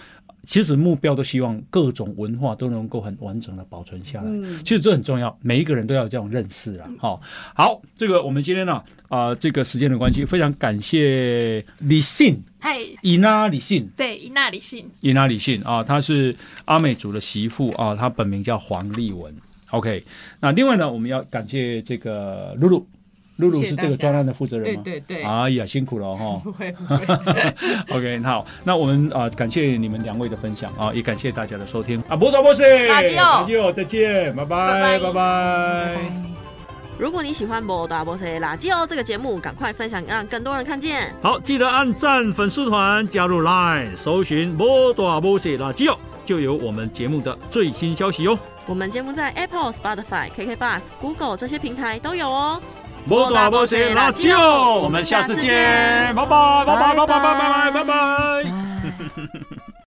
Speaker 1: 其实目标都希望各种文化都能够很完整的保存下来，
Speaker 2: 嗯
Speaker 1: 其实这很重要，每一个人都要有这种认识啦。好、好，这个我们今天呢、啊，这个时间的关系，非常感谢李信
Speaker 2: 嗨，
Speaker 1: 伊娜李信
Speaker 2: 对，伊纳里信，
Speaker 1: 伊娜李信啊，她是阿美族的媳妇啊，她本名叫黄丽文。OK，那另外呢，我们要感谢这个露露，露露
Speaker 5: 谢谢
Speaker 1: 是这个
Speaker 5: 大家
Speaker 1: 专案的负责人
Speaker 5: 对
Speaker 1: 吗？
Speaker 5: 对对，
Speaker 1: 哎呀，辛苦了哈。
Speaker 5: 不会不会。
Speaker 1: OK，好，那我们啊、呃感谢你们两位的分享啊，也感谢大家的收听啊，博导博士，
Speaker 3: 阿基奥
Speaker 1: 阿基奥再见，拜
Speaker 3: 拜
Speaker 1: 拜。
Speaker 3: 拜
Speaker 1: 拜拜
Speaker 3: 如果你喜欢《波大波塞垃圾哦》这个节目，赶快分享，让更多人看见。
Speaker 4: 好，记得按赞粉丝团，加入 Line，搜寻“摩大摩西垃圾哦”，就有我们节目的最新消息哦。
Speaker 3: 我们节目在 Apple、Spotify、KK Bus、Google 这些平台都有哦。
Speaker 4: 摩大摩西垃圾哦，我们下次见，拜拜，拜拜，拜拜，拜拜，拜拜。